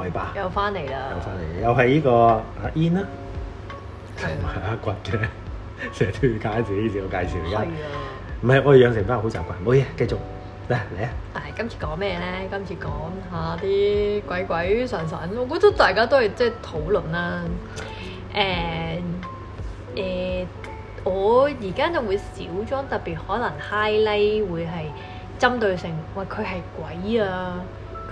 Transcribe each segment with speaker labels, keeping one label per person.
Speaker 1: 來吧
Speaker 2: 又翻嚟啦
Speaker 1: 又，翻嚟，又係呢個阿 In 啦，同
Speaker 2: 啊
Speaker 1: 埋阿骨嘅，成日都要介紹呢次我介紹而
Speaker 2: 係
Speaker 1: 家
Speaker 2: 啊。，
Speaker 1: 唔係，我哋養成翻好習慣，冇嘢，繼續嚟嚟啊！
Speaker 2: 唉，今次講咩咧？今次講下啲鬼鬼神神，我覺得大家都係即係討論啦。誒、誒、我而家就會少咗特別可能 highlight 會係針對性，喂佢係鬼啊，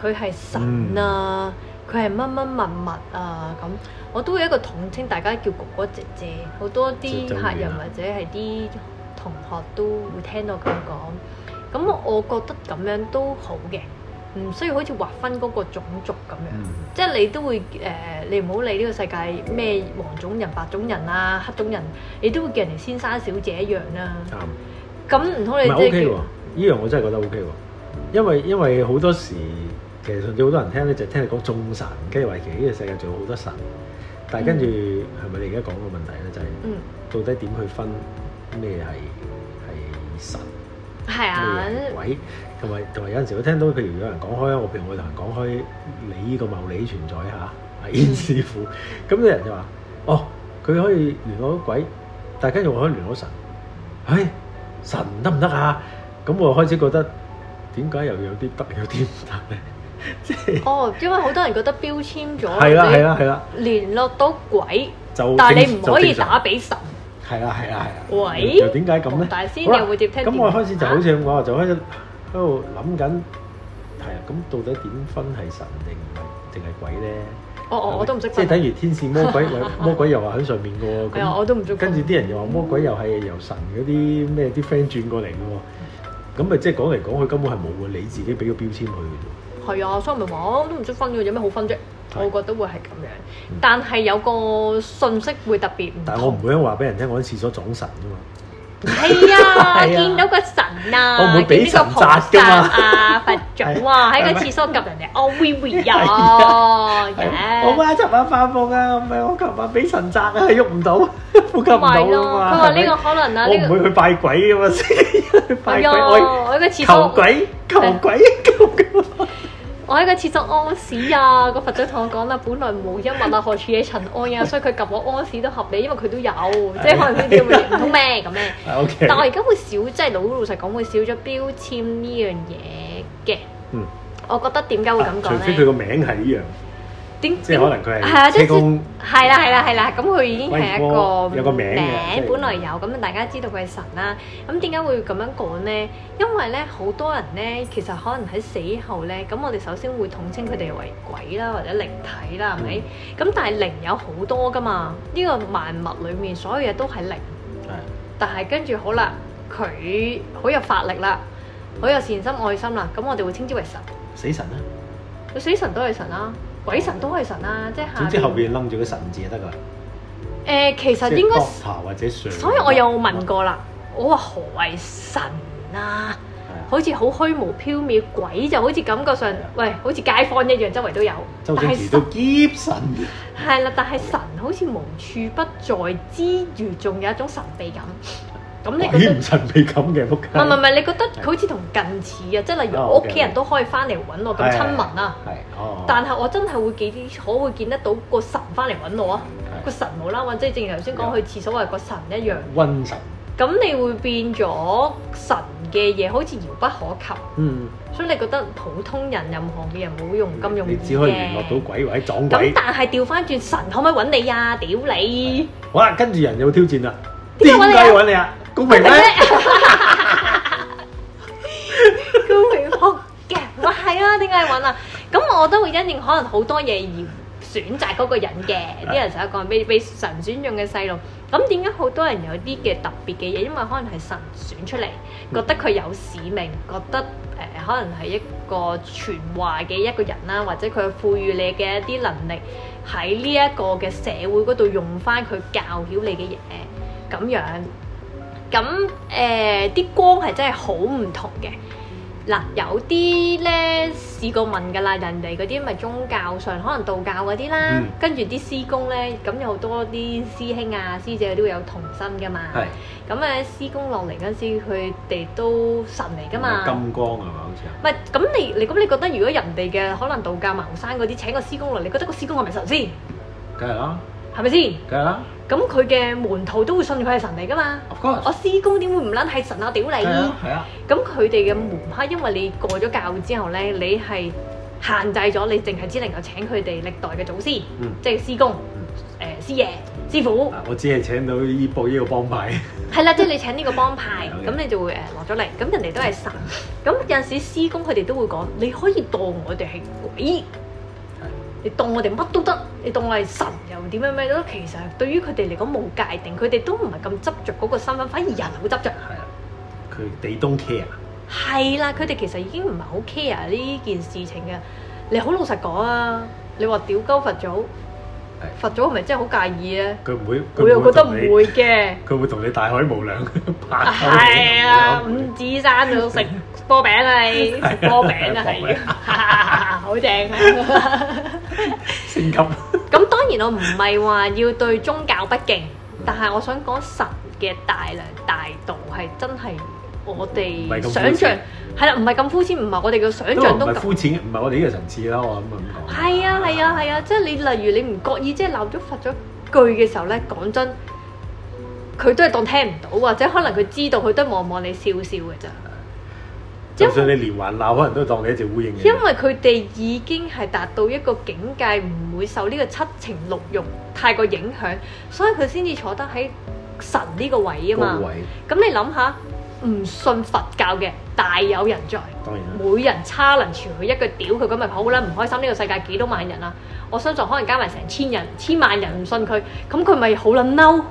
Speaker 2: 佢係神啊，佢係乜乜物物啊咁，我都會一個統稱，大家叫哥哥姐姐，好多啲
Speaker 1: 就就會
Speaker 2: 客人
Speaker 1: 啦
Speaker 2: 或者係啲同學都會聽到咁講。咁我覺得咁樣都好嘅，唔需要好似劃分嗰個種族咁樣。
Speaker 1: 嗯
Speaker 2: 即係你都會誒、呃你唔好理呢個世界咩黃種人、白種人啊、黑種人，你都會叫人哋先生小姐一樣啦、
Speaker 1: 啱。
Speaker 2: 咁唔通
Speaker 1: 嗯
Speaker 2: 你
Speaker 1: 唔係
Speaker 2: 即
Speaker 1: OK
Speaker 2: 係
Speaker 1: 喎，呢樣我真係覺得 OK 喎，因為因為好多時其實甚至好多人聽咧就聽你講眾神，跟住話其實呢個世界仲有好多神，但係跟住係咪你而家講個問題咧，就係、
Speaker 2: 嗯
Speaker 1: 到底點去分咩係係神，
Speaker 2: 係啊，
Speaker 1: 咩係鬼，同埋同埋有陣時我聽到譬如有人講開，我譬如我同人講開你呢個茂利存在嚇，阿 i
Speaker 2: 嗯
Speaker 1: 師傅，咁啲人就話：哦，佢可以聯絡到鬼，但係跟住我可以聯絡到神，唉、神得唔得啊？咁我開始覺得點解又有啲得，有啲唔得咧？即係
Speaker 2: 哦，因為好多人覺得標籤咗，
Speaker 1: 係啦係啦係啦，
Speaker 2: 哦你聯絡到鬼，
Speaker 1: 就
Speaker 2: 但係
Speaker 1: 正
Speaker 2: 你唔可以
Speaker 1: 就正常
Speaker 2: 打俾神。
Speaker 1: 係啦係啦係啦。
Speaker 2: 喂
Speaker 1: 又又點解咁咧？
Speaker 2: 大師
Speaker 1: 好啦
Speaker 2: 你會接聽
Speaker 1: 咁
Speaker 2: 電
Speaker 1: 我
Speaker 2: 話
Speaker 1: 開始就好似咁講，我就開始喺度諗緊，係啊，咁到底點分係神定係定係鬼咧？
Speaker 2: 我哦我我都唔識
Speaker 1: 即係
Speaker 2: 分，啊
Speaker 1: 等於天使魔 鬼，喂魔鬼又話喺上面嘅喎。
Speaker 2: 係啊，我
Speaker 1: 咁
Speaker 2: 都唔識分。
Speaker 1: 跟住啲人又話魔鬼又係由神嗰啲咩啲 friend 轉過嚟嘅喎。咁咪即係講嚟講去根本係冇嘅，你自己俾個標籤佢嘅啫。
Speaker 2: 係啊，所以咪話我都唔識分嘅，有咩好分啫？
Speaker 1: 係嗯
Speaker 2: 我覺得會係咁樣，但係有個信息會特別唔
Speaker 1: 但係我唔
Speaker 2: 同。
Speaker 1: 會話俾人聽我喺廁所撞神㗎嘛。
Speaker 2: 係
Speaker 1: 係啊
Speaker 2: 啊，見到個神啊，
Speaker 1: 我唔會俾
Speaker 2: 見到個
Speaker 1: 神砸㗎嘛
Speaker 2: 菩薩啊，佛祖 啊，喺個廁所及人哋，哦喂喂啊，
Speaker 1: 係
Speaker 2: À.
Speaker 1: 啊我媽尋晚發夢啊，唔係我琴晚俾神砸啊，喐唔到，呼吸唔到
Speaker 2: 咪
Speaker 1: 啊
Speaker 2: 咯，
Speaker 1: 嘛。
Speaker 2: 佢話呢
Speaker 1: 係咪
Speaker 2: 個可能啊，
Speaker 1: 我唔
Speaker 2: 呢個
Speaker 1: 會去拜鬼噶嘛，死去拜
Speaker 2: 係
Speaker 1: 鬼，
Speaker 2: 啊，
Speaker 1: 我
Speaker 2: 我喺個廁
Speaker 1: 求
Speaker 2: 所，
Speaker 1: 鬼求鬼求鬼。
Speaker 2: 我喺個廁所屙屎啊，個佛祖同我講啦，本來無一物啊，何處惹塵埃啊，所以佢及我屙屎都合理，因為佢都有，即係可能呢啲會唔通咩咁咩。
Speaker 1: O K，
Speaker 2: 但我而家會少，即係老老實講會少咗標籤呢樣嘢嘅。
Speaker 1: 嗯，
Speaker 2: 我
Speaker 1: 啊
Speaker 2: 覺得點解會咁
Speaker 1: 除
Speaker 2: 講
Speaker 1: 非佢
Speaker 2: 咧？
Speaker 1: 個名係呢樣，
Speaker 2: 點
Speaker 1: 即係可能佢
Speaker 2: 係啊
Speaker 1: 係
Speaker 2: 即
Speaker 1: 車
Speaker 2: 係
Speaker 1: 工，
Speaker 2: 係啦係啦係啦，咁佢已經係一
Speaker 1: 喂
Speaker 2: 個
Speaker 1: 有個名嘅即係
Speaker 2: 本來有咁，大家知道佢係神啦。咁點解會咁樣講咧？因為咧好多人咧，其實可能喺死後咧，咁我哋首先會統稱佢哋為鬼啦，或者靈體啦，係咪？
Speaker 1: 嗯
Speaker 2: 咁但係靈有好多噶嘛，呢個萬物裡面所有嘢都係靈。
Speaker 1: À,
Speaker 2: 但係跟住好啦，佢好有法力啦，好有善心愛心啦，咁我哋會稱之為神。
Speaker 1: 死神啦。
Speaker 2: 死神都係神啦，鬼神都係神啦，即係下
Speaker 1: 總之後邊冧住個神字就得㗎啦。
Speaker 2: 誒、其實
Speaker 1: 即係
Speaker 2: 應該，
Speaker 1: doctor 或者上。
Speaker 2: 所以我有問過啦，我話何謂神啊？
Speaker 1: 係啊，
Speaker 2: 好似好虛無縹緲，鬼就好似感覺上，喂，好似街坊一樣，周圍都有。
Speaker 1: 周
Speaker 2: 但係
Speaker 1: 星馳
Speaker 2: 神
Speaker 1: 都劫神，
Speaker 2: 係啦，但係神好似無處不在之餘，仲有一種神秘感。咁你覺
Speaker 1: 鬼
Speaker 2: 得
Speaker 1: 唔？神秘咁嘅仆
Speaker 2: 唔係唔係唔
Speaker 1: 街。
Speaker 2: 係，你覺得佢好似同近似啊？即係例如
Speaker 1: 哦
Speaker 2: 我屋
Speaker 1: OK，
Speaker 2: 企人都可以翻嚟揾我咁
Speaker 1: 係
Speaker 2: 親民啊，
Speaker 1: 係哦。
Speaker 2: 但係我真係會幾可會見得到個神翻嚟揾我啊？
Speaker 1: 係
Speaker 2: 個神冇啦啦，即係正如頭先講去廁所係個神一樣。
Speaker 1: 瘟神，
Speaker 2: 咁你會變咗神嘅嘢，好似遙不可及，
Speaker 1: 嗯，
Speaker 2: 所以你覺得普通人任何嘅人冇用咁容易
Speaker 1: 你
Speaker 2: 嘅。
Speaker 1: 只可以聯絡到鬼或者撞
Speaker 2: 咁
Speaker 1: 鬼。
Speaker 2: 但係調翻轉神可唔可以揾你啊？屌你！
Speaker 1: 好啦，跟住人有挑戰啦。
Speaker 2: 點
Speaker 1: 點
Speaker 2: 解揾你啊
Speaker 1: 解要揾你啊？公平咩？
Speaker 2: 高明學嘅，我係啊，點解揾啊？咁我都會因應可能好多嘢而選擇嗰個人嘅，啲人成日講被被神選中嘅細路。咁點解好多人有啲嘅特別嘅嘢？因為可能係神選出嚟，覺得佢有使命，覺得誒、呃可能係一個傳話嘅一個人啦，或者佢賦予你嘅一啲能力喺呢一個嘅社會嗰度用翻佢教曉你嘅嘢咁樣。咁誒啲光係真係好唔同嘅。嗱，有啲咧試過問㗎啦，人哋嗰啲咪宗教上可能道教嗰啲啦
Speaker 1: 嗯，
Speaker 2: 跟住啲師公咧，咁有好多啲師兄啊師姐都會有童身㗎嘛。
Speaker 1: 係
Speaker 2: 咁誒師公落嚟嗰陣時，佢哋都神嚟㗎嘛。
Speaker 1: 金光係嘛？好似
Speaker 2: 唔係，咁你你咁你覺得如果人哋嘅可能道教茅山嗰啲請個師公嚟，你覺得個師公係咪神先？
Speaker 1: 係，梗係啦，
Speaker 2: 係咪先？
Speaker 1: 梗係啦
Speaker 2: 咁佢嘅門徒都會信佢係神嚟㗎嘛？
Speaker 1: ，of course，
Speaker 2: 我師公點會唔撚係神啊？屌你！
Speaker 1: 係啊係啊，
Speaker 2: 咁佢哋嘅門派，因為你過咗教之後咧，你係限制咗，你淨係只能夠請佢哋歷代嘅祖師，
Speaker 1: 嗯
Speaker 2: 即係師公、誒、
Speaker 1: 嗯
Speaker 2: 師爺、師傅，
Speaker 1: 啊我只係請到依部呢個幫派，
Speaker 2: 係啦，即係你請呢個幫派，
Speaker 1: Okay
Speaker 2: 咁你就會誒呃落咗嚟，咁人哋都係神，咁有陣時師公佢哋都會講，你可以當我哋係鬼。你當我哋乜都得，你當我係神又點樣咩都得，其實對於佢哋嚟講冇界定，佢哋都唔係咁執着嗰個身份，反而人係好執着。
Speaker 1: 係啊，佢哋 don't care，
Speaker 2: 係啦，佢哋其實已經唔係好 care 呢件事情嘅。你好老實講啊，你話屌鳩佛祖
Speaker 1: 係，
Speaker 2: 佛祖係咪真係好介意咧？
Speaker 1: 佢唔會，
Speaker 2: 我
Speaker 1: 佢
Speaker 2: 又
Speaker 1: 唔
Speaker 2: 覺
Speaker 1: 會
Speaker 2: 得唔
Speaker 1: 同你，
Speaker 2: 會嘅。
Speaker 1: 佢會同你大海無 量
Speaker 2: À, Ờ,
Speaker 1: 拍手
Speaker 2: 係啊，
Speaker 1: 你
Speaker 2: 五指山度食波餅啊，你食波餅啊， 係啊，好正啊！
Speaker 1: 升級，
Speaker 2: 咁當然我唔係話要對宗教不敬，但係我想講神嘅大量大道係真係我
Speaker 1: 唔係
Speaker 2: 哋
Speaker 1: 咁膚淺
Speaker 2: 想像係啦，唔係咁膚淺，唔係我哋嘅想
Speaker 1: 因為
Speaker 2: 像
Speaker 1: 唔
Speaker 2: 中
Speaker 1: 係
Speaker 2: 咁。
Speaker 1: 膚淺，唔係我哋呢個層次啦，我咁咁講，
Speaker 2: 係啊係啊係啊！即係你例如你唔覺意即係鬧咗罰咗句嘅時候咧，講真，佢都係當聽唔到，或者可能佢知道佢都望望你笑笑嘅咋。
Speaker 1: 就算你連環鬧，可能都當你一隻烏蠅嘅，
Speaker 2: 因為佢哋已經係達到一個境界，唔會受呢個七情六欲太過影響，所以佢先至坐得喺神呢個位啊嘛
Speaker 1: 高。位
Speaker 2: 咁你諗下，唔信佛教嘅大有人在。
Speaker 1: 當然啦，
Speaker 2: 每人 challenge 佢一句屌佢咁咪好啦，唔開心呢個世界幾多萬人啊！我相信可能加埋成千人、千萬人唔信佢，咁佢咪好撚嬲。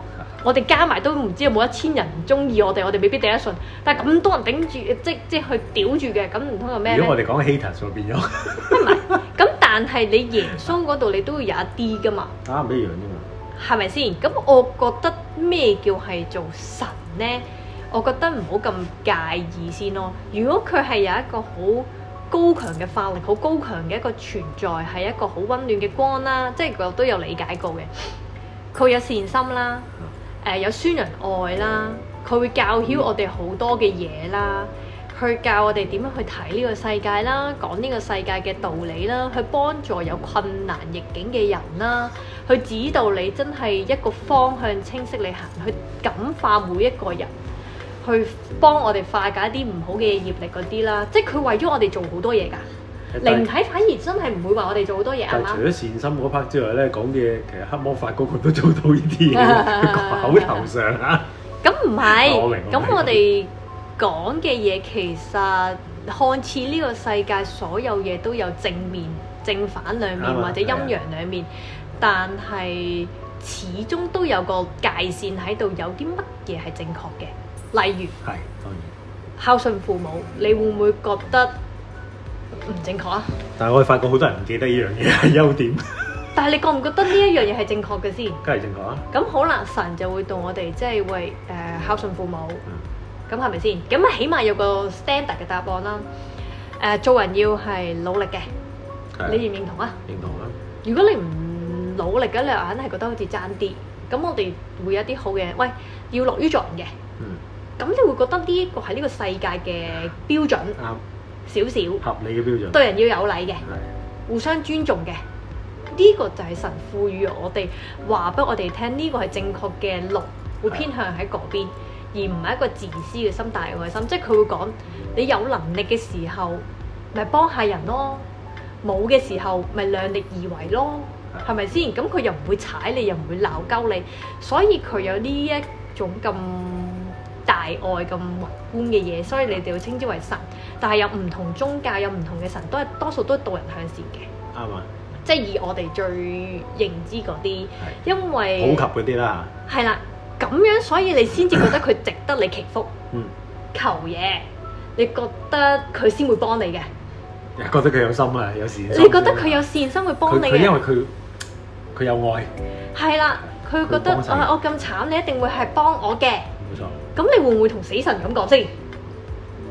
Speaker 2: 我哋加埋都唔知有冇一千人唔中意我哋，我哋未必第一順。但係咁多人頂住，即即去屌住嘅，咁唔通有咩
Speaker 1: 如
Speaker 2: 咧
Speaker 1: 果？我哋講 haters 就變咗
Speaker 2: 咁但係你耶穌嗰度你都會有一啲噶嘛，
Speaker 1: 啱一樣啫嘛。
Speaker 2: 係咪先？咁我覺得咩叫係做神呢？我覺得唔好咁介意先咯。如果佢係有一個好高強嘅法力、好高強嘅一個存在，係一個好温暖嘅光啦，即係我都有理解過嘅。佢有善心啦，誒、有宣揚愛啦，佢會教曉我哋好多嘅嘢啦，去教我哋點樣去睇呢個世界啦，講呢個世界嘅道理啦，去幫助有困難逆境嘅人啦，去指導你真係一個方向清晰你行，去感化每一個人。去幫我哋化解一啲唔好嘅業力嗰啲啦，即係佢為咗我哋做好多嘢㗎。靈體反而真係唔會話我哋做好多嘢
Speaker 1: 但
Speaker 2: 啱
Speaker 1: 係
Speaker 2: 嘛
Speaker 1: 除咗。善心嗰 part 之外咧，講嘅其實黑魔法嗰個都做到呢啲嘢，佢口頭上啊，
Speaker 2: 咁唔係
Speaker 1: 哦我明，
Speaker 2: 咁
Speaker 1: 我明
Speaker 2: 我哋講嘅嘢其實看似呢個世界所有嘢都有正面、正反兩面
Speaker 1: 啱啊
Speaker 2: 或者陰陽兩面，但係始終都有個界線喺度，有啲乜嘢係正確嘅？例如
Speaker 1: 係當然。
Speaker 2: 孝順父母，你會唔會覺得唔正確啊？
Speaker 1: 但係我哋發覺好多人唔記得呢樣嘢 係優點，
Speaker 2: 但係你覺唔覺得呢一樣嘢係正確嘅先？
Speaker 1: 梗係正確啊。
Speaker 2: 咁好啦，神就會到我哋即係為誒孝順父母
Speaker 1: 嗯，
Speaker 2: 咁係咪先？咁啊，起碼有個 standard 嘅答案啦。誒、做人要係努力嘅，
Speaker 1: 係啊
Speaker 2: 你認唔認同啊？
Speaker 1: 認同啊？
Speaker 2: 如果你唔努力嘅，你硬係覺得好似爭啲。咁我哋會有一啲好嘅，喂，要樂於助人嘅。
Speaker 1: 嗯，
Speaker 2: 咁你會覺得呢一個係呢個世界嘅標準
Speaker 1: 啱
Speaker 2: 少少，
Speaker 1: 合理嘅標準。
Speaker 2: 對人要有禮嘅。
Speaker 1: 係
Speaker 2: 互相尊重嘅。呢個就係神賦予我哋話俾我哋聽，呢、個係正確嘅路，會偏向喺嗰邊，而唔係一個自私嘅心、大愛嘅心。即係佢會講，你有能力嘅時候，咪幫下人咯；冇嘅時候，咪量力而為咯，係咪先？咁佢又唔會踩你，又唔會鬧鳩你，所以佢有呢一種咁大愛、咁宏觀嘅嘢，所以你哋會稱之為神。但係有唔同宗教，有唔同嘅神，都係多數都係導人向善嘅。
Speaker 1: 啱啊，
Speaker 2: 即係以我哋最認知嗰啲，
Speaker 1: 係
Speaker 2: 因為
Speaker 1: 普及嗰啲啦
Speaker 2: 係啦，咁樣所以你先至覺得佢值得你祈福
Speaker 1: 嚇。嗯，
Speaker 2: 求嘢，你覺得佢先會幫你嘅，
Speaker 1: 覺得佢有心啊，有善心。
Speaker 2: 你覺得佢有善心會幫
Speaker 1: 佢
Speaker 2: 你
Speaker 1: 佢因
Speaker 2: 嘅，
Speaker 1: 為佢佢有愛，
Speaker 2: 係啦，佢覺得
Speaker 1: 佢幫手
Speaker 2: 啊我咁慘，你一定會係幫我嘅，
Speaker 1: 冇錯。
Speaker 2: 咁你會唔會同死神咁講先？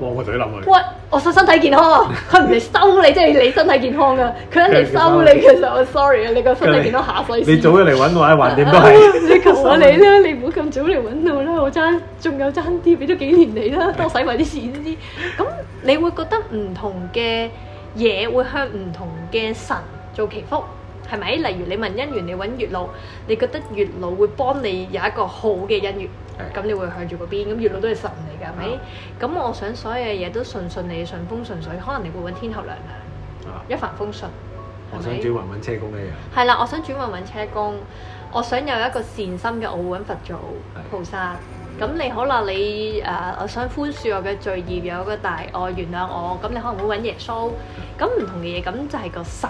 Speaker 1: 幫我隊冧佢。
Speaker 2: 喂，我想身體健康 啊，佢唔嚟收你，即係你身體健康噶。佢一嚟收你嘅時候，我 sorry 啊，你個身體健康下世先。
Speaker 1: 你早咗嚟揾我啊，橫掂都係。
Speaker 2: 你求下你 啦，你唔好咁早嚟揾我啦，我爭仲有爭啲，俾咗幾年你啦，多使埋啲錢先。咁你會覺得唔同嘅嘢會向唔同嘅神做祈福，係咪？例如你問姻緣，你揾月老，你覺得月老會幫你有一個好嘅姻緣，
Speaker 1: 係啊
Speaker 2: 咁你會向住嗰邊。咁月老都係神嚟㗎，係咪？咁我想所有嘢都順順利、順風順水，可能你會揾天后娘娘
Speaker 1: 啊
Speaker 2: 一帆風順，
Speaker 1: 我
Speaker 2: 係
Speaker 1: 想
Speaker 2: 咪
Speaker 1: 轉雲揾車工一樣。
Speaker 2: 係啦，我想轉運揾車工，我想有一個善心嘅，我會揾佛祖
Speaker 1: 係
Speaker 2: 菩薩。咁你可能你誒、呃我想寬恕我嘅罪業，有一個大愛原諒我，咁你可能會揾耶穌。咁唔同嘅嘢，咁就係個神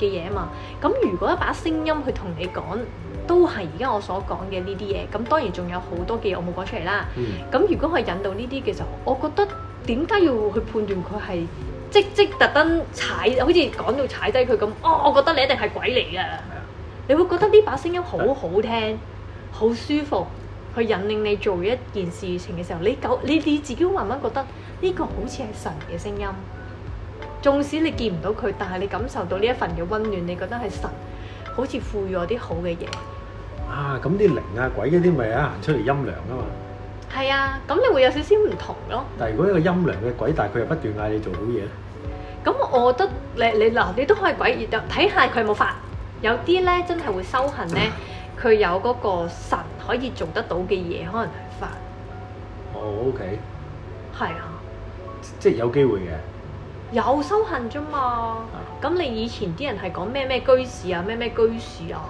Speaker 2: 嘅嘢嘛。咁如果一把聲音去同你講，都係而家我所講嘅呢啲嘢。咁當然仲有好多嘅嘢我冇講出嚟啦。
Speaker 1: 嗯，
Speaker 2: 咁如果佢引導呢啲嘅時候，我覺得點解要去判斷佢係即即特登踩，好似講到踩低佢咁？哦，我覺得你一定係鬼嚟㗎
Speaker 1: 啊。
Speaker 2: 你會覺得呢把聲音好好聽，好舒服，去引領你做一件事情嘅時候，你狗你你自己慢慢覺得呢個好似係神嘅聲音。縱使你見唔到佢，但係你感受到呢一份嘅温暖，你覺得係神好似賦予我啲好嘅嘢。
Speaker 1: 啊，咁啲靈啊鬼嗰啲咪啊行出嚟陰涼啊嘛。
Speaker 2: 係啊，咁你會有少少唔同咯。
Speaker 1: 但係如果一個陰涼嘅鬼，但係佢又不斷嗌你做好嘢咧，
Speaker 2: 咁我覺得你你嗱，你都可以鬼熱睇下佢有冇發。有啲咧真係會修行 咧，佢有嗰個神可以做得到嘅嘢，可能係發。
Speaker 1: 哦 OK，
Speaker 2: 係啊，
Speaker 1: 即係有機會嘅。
Speaker 2: 有修行啫嘛。咁你以前啲人係講咩咩居士啊，咩咩居士啊，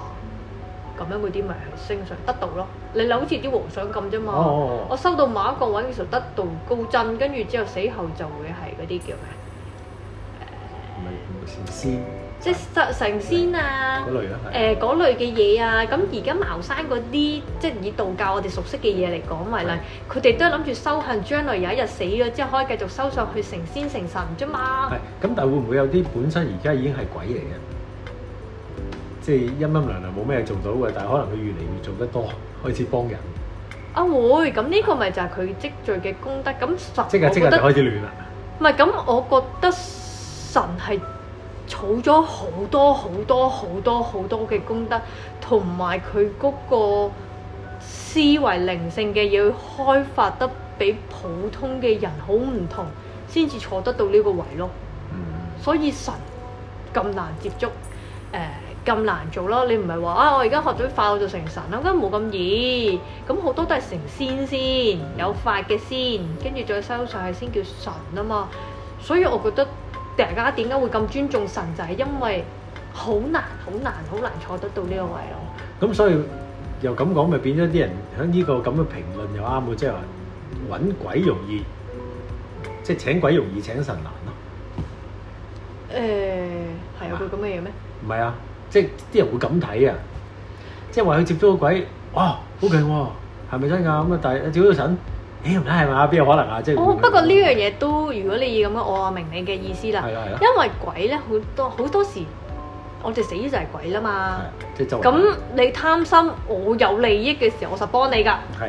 Speaker 2: 咁樣嗰啲咪係升上得道咯。你好似啲和尚咁啫嘛。
Speaker 1: 哦
Speaker 2: 我收到某一個位嘅時候得道高真，跟住之後死後就會係嗰啲叫咩？
Speaker 1: 唔係善仙
Speaker 2: 即係成仙啊。
Speaker 1: 嗰類啦，係
Speaker 2: 誒嗰類嘅嘢啊，咁而家茅山嗰啲即係以道教我哋熟悉嘅嘢嚟講為例，佢哋都係諗住修行，將來有一日死咗之後可以繼續修上去成仙成神啫嘛
Speaker 1: 係。咁，但係會唔會有啲本身而家已經係鬼嚟嘅？即係陰陰涼涼冇咩做到嘅，但係可能佢越嚟越做得多，開始幫人，
Speaker 2: 啊會，咁呢個咪就係佢積聚嘅功德。咁神，
Speaker 1: 即刻
Speaker 2: 我
Speaker 1: 即
Speaker 2: 覺
Speaker 1: 刻就
Speaker 2: 得
Speaker 1: 開始亂啦。
Speaker 2: 唔係咁，我覺得神係儲咗好多好多好多好多嘅功德，同埋佢嗰個思維靈性嘅嘢，開發得比普通嘅人好唔同，先至坐得到呢個位咯。
Speaker 1: 嗯，
Speaker 2: 所以神咁難接觸，誒、呃咁難做咯。你唔係話啊，我而家學咗法我就成神啦，咁冇咁易。咁好多都係成仙先，有法嘅先，跟住再收上去先叫神啊嘛。所以我覺得大家點解會咁尊重神，就係、因為好難、好難、好難坐得到呢個位咯。
Speaker 1: 咁所以又咁講，咪變咗啲人喺呢個咁嘅評論又啱喎，即係話揾鬼容易，即係請鬼容易，請神難咯。
Speaker 2: 誒、係有句咁嘅嘢咩？
Speaker 1: 唔係啊，即係啲人會咁睇啊，即係話佢接觸個鬼，哇，好勁喎，係咪真㗎？咁啊，但係接觸到神，誒唔係係嘛？邊有可能啊？即係
Speaker 2: 哦，不過呢樣嘢都，如果你要咁樣，我明你嘅意思啦。
Speaker 1: 係啊啦係啦，
Speaker 2: 因為鬼咧好多好多時，我哋死就係鬼啦嘛。
Speaker 1: 係即係就
Speaker 2: 咁你貪心，我有利益嘅時候，我就幫你噶。
Speaker 1: 係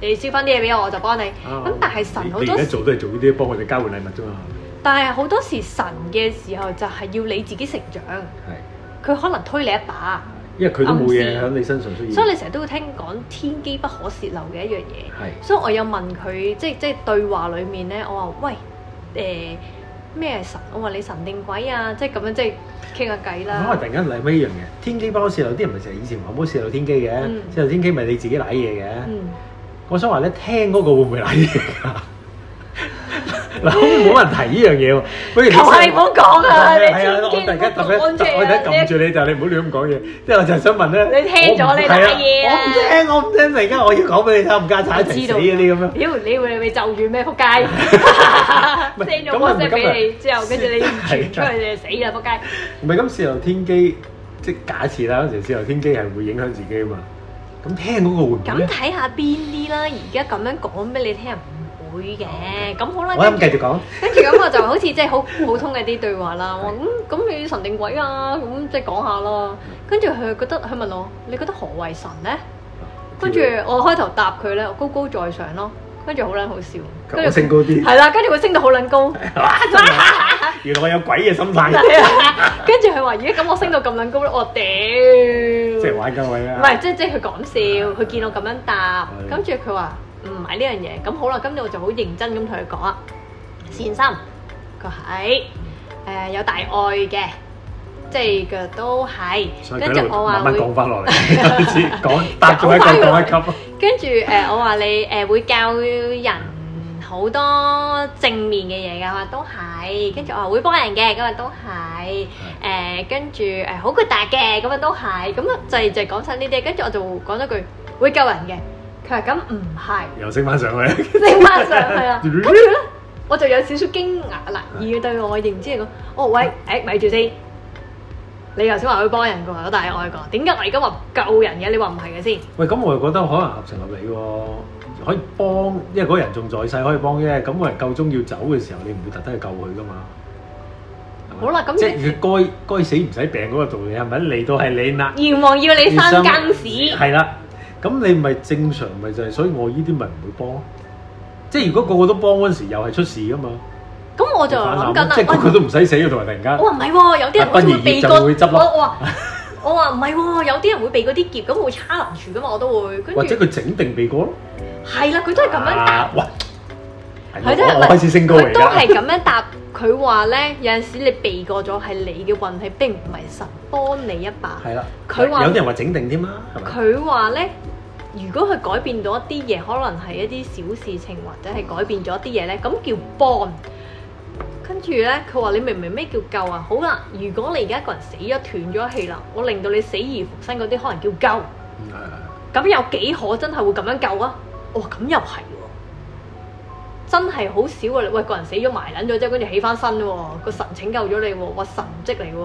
Speaker 2: 你燒翻啲嘢俾我，我就幫你。
Speaker 1: 啊
Speaker 2: 咁但係神
Speaker 1: 你
Speaker 2: 好
Speaker 1: 你
Speaker 2: 多
Speaker 1: 而家
Speaker 2: 時，
Speaker 1: 做都係做呢啲，幫我哋交換禮物啫嘛，
Speaker 2: 但係好多時神嘅時候就係要你自己成長，
Speaker 1: 係，
Speaker 2: 佢可能推你一把，
Speaker 1: 因為佢都冇嘢
Speaker 2: 暗示
Speaker 1: 喺你身上需要，
Speaker 2: 所以你成日都會聽講天機不可泄漏嘅一樣嘢。
Speaker 1: 係
Speaker 2: 所以我有問佢，即係即係對話裡面咧，我話喂誒咩、神？我話你神定鬼啊？即係咁樣即係傾下偈
Speaker 1: 咁我
Speaker 2: 啦
Speaker 1: 突。然間嚟咩一樣嘢？天機包泄漏，啲人咪成日以前話唔好泄漏天機嘅，
Speaker 2: 嗯
Speaker 1: 泄漏天機咪你自己舐嘢嘅。
Speaker 2: 嗯。
Speaker 1: 我想話咧，聽嗰個會唔會舐嘢㗎？ 嗱，好似冇人提呢樣嘢喎。不如你
Speaker 2: 求下你唔好講啊！你
Speaker 1: 係啊，我突然間撳一撳，我突然間撳住你就你唔好亂咁講嘢。即係我就係想問咧，
Speaker 2: 你聽咗
Speaker 1: 我唔
Speaker 2: 你
Speaker 1: 係啊
Speaker 2: 舐嘢啊
Speaker 1: 我唔聽，我唔聽，突然間我要講俾你聽，唔家產一齊死嗰啲咁樣。
Speaker 2: 妖，你會你會就住咩？仆街
Speaker 1: 唔係
Speaker 2: ，send 咗
Speaker 1: 咁啊唔
Speaker 2: WhatsApp
Speaker 1: 係
Speaker 2: 俾你之後，跟住你唔傳
Speaker 1: 係啊
Speaker 2: 出去，你就死啦！仆街。
Speaker 1: 唔係咁泄漏天機，即係假設啦，嗰時泄漏天機係會影響自己啊嘛。咁聽嗰個會唔會
Speaker 2: 咁
Speaker 1: 咧？
Speaker 2: 睇下邊啲啦，而家咁樣講俾你聽唔會嘅。咁好啦，
Speaker 1: 我諗
Speaker 2: 跟
Speaker 1: 繼
Speaker 2: 住
Speaker 1: 續講。
Speaker 2: 跟住咁我就好似即係好普通嘅啲對話啦。我嗯咁咁你神定鬼啊？咁即係講下啦。跟住佢覺得佢問我，你覺得何為神咧？跟住我開頭答佢咧，我高高在上咯。跟住好撚好笑，跟
Speaker 1: 我
Speaker 2: 住
Speaker 1: 升高啲，
Speaker 2: 係啦，跟住佢升到好撚高。
Speaker 1: 哇！真係原來我有鬼嘅心態，
Speaker 2: 係啊，跟住佢話：咦，咁我升到咁撚高咧，我屌！
Speaker 1: 即係玩鳩位
Speaker 2: 唔
Speaker 1: 啦。
Speaker 2: 係，即係即係佢講笑，佢見我咁樣答，
Speaker 1: 係
Speaker 2: 跟住佢話唔係呢樣嘢，咁好啦，今日我就好認真咁同佢講啊，善心，佢話係誒有大愛嘅，即係佢都係
Speaker 1: 所，以佢
Speaker 2: 跟
Speaker 1: 喺
Speaker 2: 住
Speaker 1: 度
Speaker 2: 我話
Speaker 1: 慢慢
Speaker 2: 會，
Speaker 1: 降翻落嚟，開始講搭咗一個降一級。
Speaker 2: 跟住誒我話你誒會教人好多正面嘅嘢㗎，佢話都係，跟住我話會幫人嘅，咁啊都係。誒、跟住誒好豁達嘅咁樣都係，咁啊就係就係講晒呢啲，跟住我就講咗句會救人嘅，佢話咁唔 係，
Speaker 1: 又升翻上去，
Speaker 2: 拎翻上去啊啦，跟住咧我就有少少驚訝啦，而對我認知嚟講，哦喂，誒咪住先，你頭先話去幫人嘅話，但係我係講點解我而家話救人嘅，你話唔係嘅先？
Speaker 1: 喂，咁我又覺得可能合情合理喎，可以幫，因為嗰個人仲在世可以幫啫。咁個人夠鐘要走嘅時候，你唔會特登去救佢噶嘛？係咪
Speaker 2: 好啦咁
Speaker 1: 即係佢該該死唔使病嗰個道理係咪嚟到係你啦？
Speaker 2: 閻王要你三更屎，
Speaker 1: 係啦，咁你咪正常咪就係，所以我呢啲咪唔會幫咯。即係如果個個都幫嗰陣時，又係出事噶嘛。
Speaker 2: 咁我就
Speaker 1: 反
Speaker 2: 諗
Speaker 1: 諗
Speaker 2: 緊啦
Speaker 1: 即係。
Speaker 2: 喂
Speaker 1: 佢都唔使死嘅，同埋突然間
Speaker 2: 我。話唔係喎，有啲人好似會避
Speaker 1: 不如業就會
Speaker 2: 過，
Speaker 1: 執笠
Speaker 2: 我我話我話唔係喎，有啲人會避嗰啲劫，咁會差難處噶嘛，我都會。跟
Speaker 1: 或者
Speaker 2: 住
Speaker 1: 佢整定鼻哥咯，
Speaker 2: 係啦，佢都係咁樣答
Speaker 1: 啊，喂，
Speaker 2: 佢都係
Speaker 1: 我我開始升高
Speaker 2: 佢
Speaker 1: 嚟
Speaker 2: 都係
Speaker 1: 㗎，
Speaker 2: 咁樣答。佢話咧，有陣時你避過咗係你嘅運氣，並唔係神幫你一把。
Speaker 1: 係啦，
Speaker 2: 佢話
Speaker 1: 有啲人話整定添啦，係咪？
Speaker 2: 佢話咧，如果佢改變咗一啲嘢，可能係一啲小事情，或者係改變咗一啲嘢咧，咁叫幫。跟住咧，佢話你明唔明咩叫救啊？好啦，如果你而家一個人死咗斷咗氣啦，我令到你死而復生嗰啲，可能叫救。
Speaker 1: 嗯係係
Speaker 2: 咁有幾可真係會咁樣救啊？哦，咁又係喎，真係好少啊！喂，個人死咗埋撚咗之後，跟住起翻身喎，個神拯救咗你喎，哇神蹟嚟喎，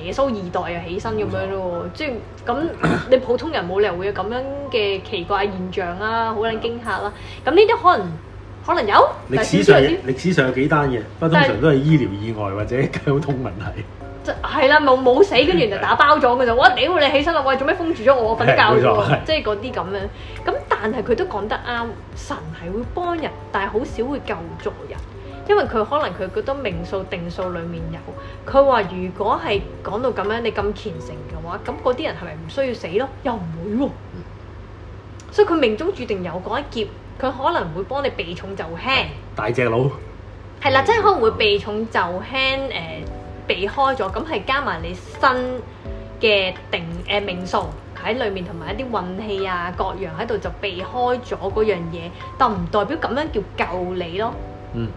Speaker 1: 係
Speaker 2: 耶穌二代又起身咁樣咯喎，即係 咁你普通人冇理由會有咁樣嘅奇怪現象啦、好撚驚嚇啦、咁呢啲可能可能有，
Speaker 1: 歷
Speaker 2: 但係
Speaker 1: 史
Speaker 2: 少
Speaker 1: 上
Speaker 2: 之又少
Speaker 1: 歷史上有幾單嘅，不過通常都係醫療意外或者交通問題，
Speaker 2: 即係啦，冇冇死，跟住就打包咗嘅就，哇屌你起身啦，喂做咩封住咗我，我瞓覺
Speaker 1: 係冇
Speaker 2: 啫
Speaker 1: 錯
Speaker 2: 喎，即係嗰啲咁樣。咁但係佢都講得啱，神係會幫人，但係好少會救助人，因為佢可能佢覺得命數定數裡面有。佢話如果係講到咁樣，你咁虔誠嘅話，咁嗰啲人係咪唔需要死咯？又唔會喎、
Speaker 1: 嗯
Speaker 2: 所以佢命中注定有嗰一劫，佢可能會幫你避重就輕。
Speaker 1: 大隻佬
Speaker 2: 係啦，即係可能會避重就輕誒、呃避開咗，咁係加埋你新嘅定誒、呃命數喺裏面，同埋一啲運氣啊各樣喺度就避開咗嗰樣嘢，但唔代表咁樣叫救你咯。
Speaker 1: 嗯，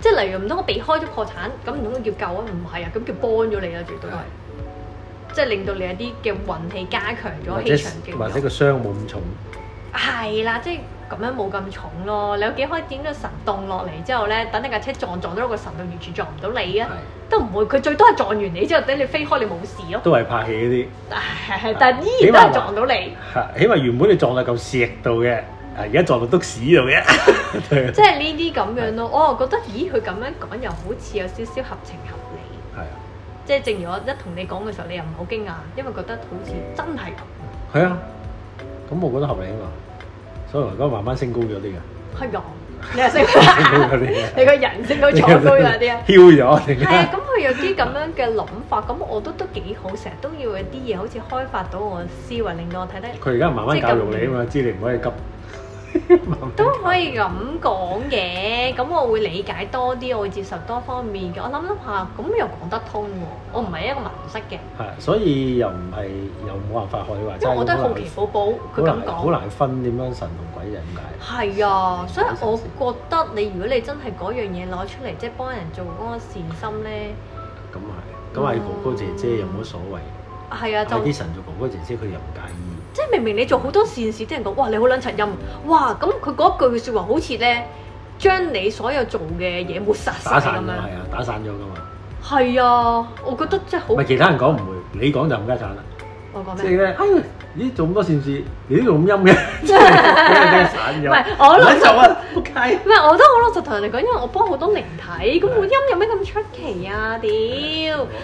Speaker 2: 即係例如唔通我避開咗破產，咁唔通佢叫救啊？唔係啊，咁叫幫咗你啦，絕對係。即係令到你有啲嘅運氣加強
Speaker 1: 或
Speaker 2: 咗，
Speaker 1: 者
Speaker 2: 氣場勁咗
Speaker 1: 或者個傷冇咁重，
Speaker 2: 係啦，即係咁樣冇咁重咯。你有幾可以點個神動落嚟之後咧，等你架車撞撞到落個神度，完全撞唔到你啊！
Speaker 1: 係
Speaker 2: 都唔會，佢最多係撞完你之後，等你飛開，你冇事咯。
Speaker 1: 都係拍戲嗰啲
Speaker 2: 唉但係依然都係撞到你，
Speaker 1: 嚇，起碼原本你撞到嚿石度嘅，啊而家撞到篤屎度嘅，係
Speaker 2: 即係呢啲咁樣咯。我又覺得，咦，佢咁樣講又好似有少少合情合理。
Speaker 1: 啊。
Speaker 2: 即係正如我一同你講嘅時候，你又唔係好驚訝，因為覺得好似真係咁
Speaker 1: 係啊，咁我覺得合理啊嘛，所以我而家慢慢升高咗啲嘅，啊
Speaker 2: 係㗎。你又識，。
Speaker 1: 升 高咗啲嘅
Speaker 2: 你個人升到坐高咗 啲啊！
Speaker 1: 挑咗定
Speaker 2: 係啊，咁佢有啲咁樣嘅諗法，咁我都都幾好，成日都要有啲嘢好似開發到我思維，令到我睇得
Speaker 1: 佢而家慢慢教育你啊嘛，知你唔可以急。
Speaker 2: 都可以咁講嘅。咁我會理解多啲，我會接受多方面嘅。我諗諗下，咁又講得通喎。我唔係一個文識嘅，
Speaker 1: 係，啊所以又唔係又冇辦法學你話
Speaker 2: 因
Speaker 1: 齋，
Speaker 2: 為我都係好
Speaker 1: 難
Speaker 2: 奇寶寶，佢
Speaker 1: 好難
Speaker 2: 咁
Speaker 1: 好
Speaker 2: 講。
Speaker 1: 難分點樣神同鬼就係咁解。
Speaker 2: 係啊，所以我覺得你如果你真係嗰樣嘢攞出嚟，即係幫人做嗰個善心咧，
Speaker 1: 咁啊係，咁啊哥哥姐姐又冇乜所謂，
Speaker 2: 係嗯啊，就
Speaker 1: 嗌啲神做哥哥姐姐佢又唔介意。
Speaker 2: 即係明明你做好多善事，啲人講哇你好撚柒陰，哇咁佢嗰句説話好似咧將你所有做嘅嘢抹殺晒
Speaker 1: 打
Speaker 2: 咁樣。
Speaker 1: 散咗係啊，打散咗噶嘛。
Speaker 2: 係啊，我覺得真係好
Speaker 1: 唔。係其他人講唔會，你講就唔加產啦。
Speaker 2: 我講
Speaker 1: 即係
Speaker 2: 咩？
Speaker 1: 咧，哎，咦做咁多善事，你都做咁陰嘅，即係俾人
Speaker 2: 唔
Speaker 1: 散咗。
Speaker 2: 係我老
Speaker 1: 唔
Speaker 2: 實，
Speaker 1: 做啊，仆街！
Speaker 2: 唔係我都好老實同人哋講，因為我幫好多靈體，咁我陰有咩咁出奇啊？屌！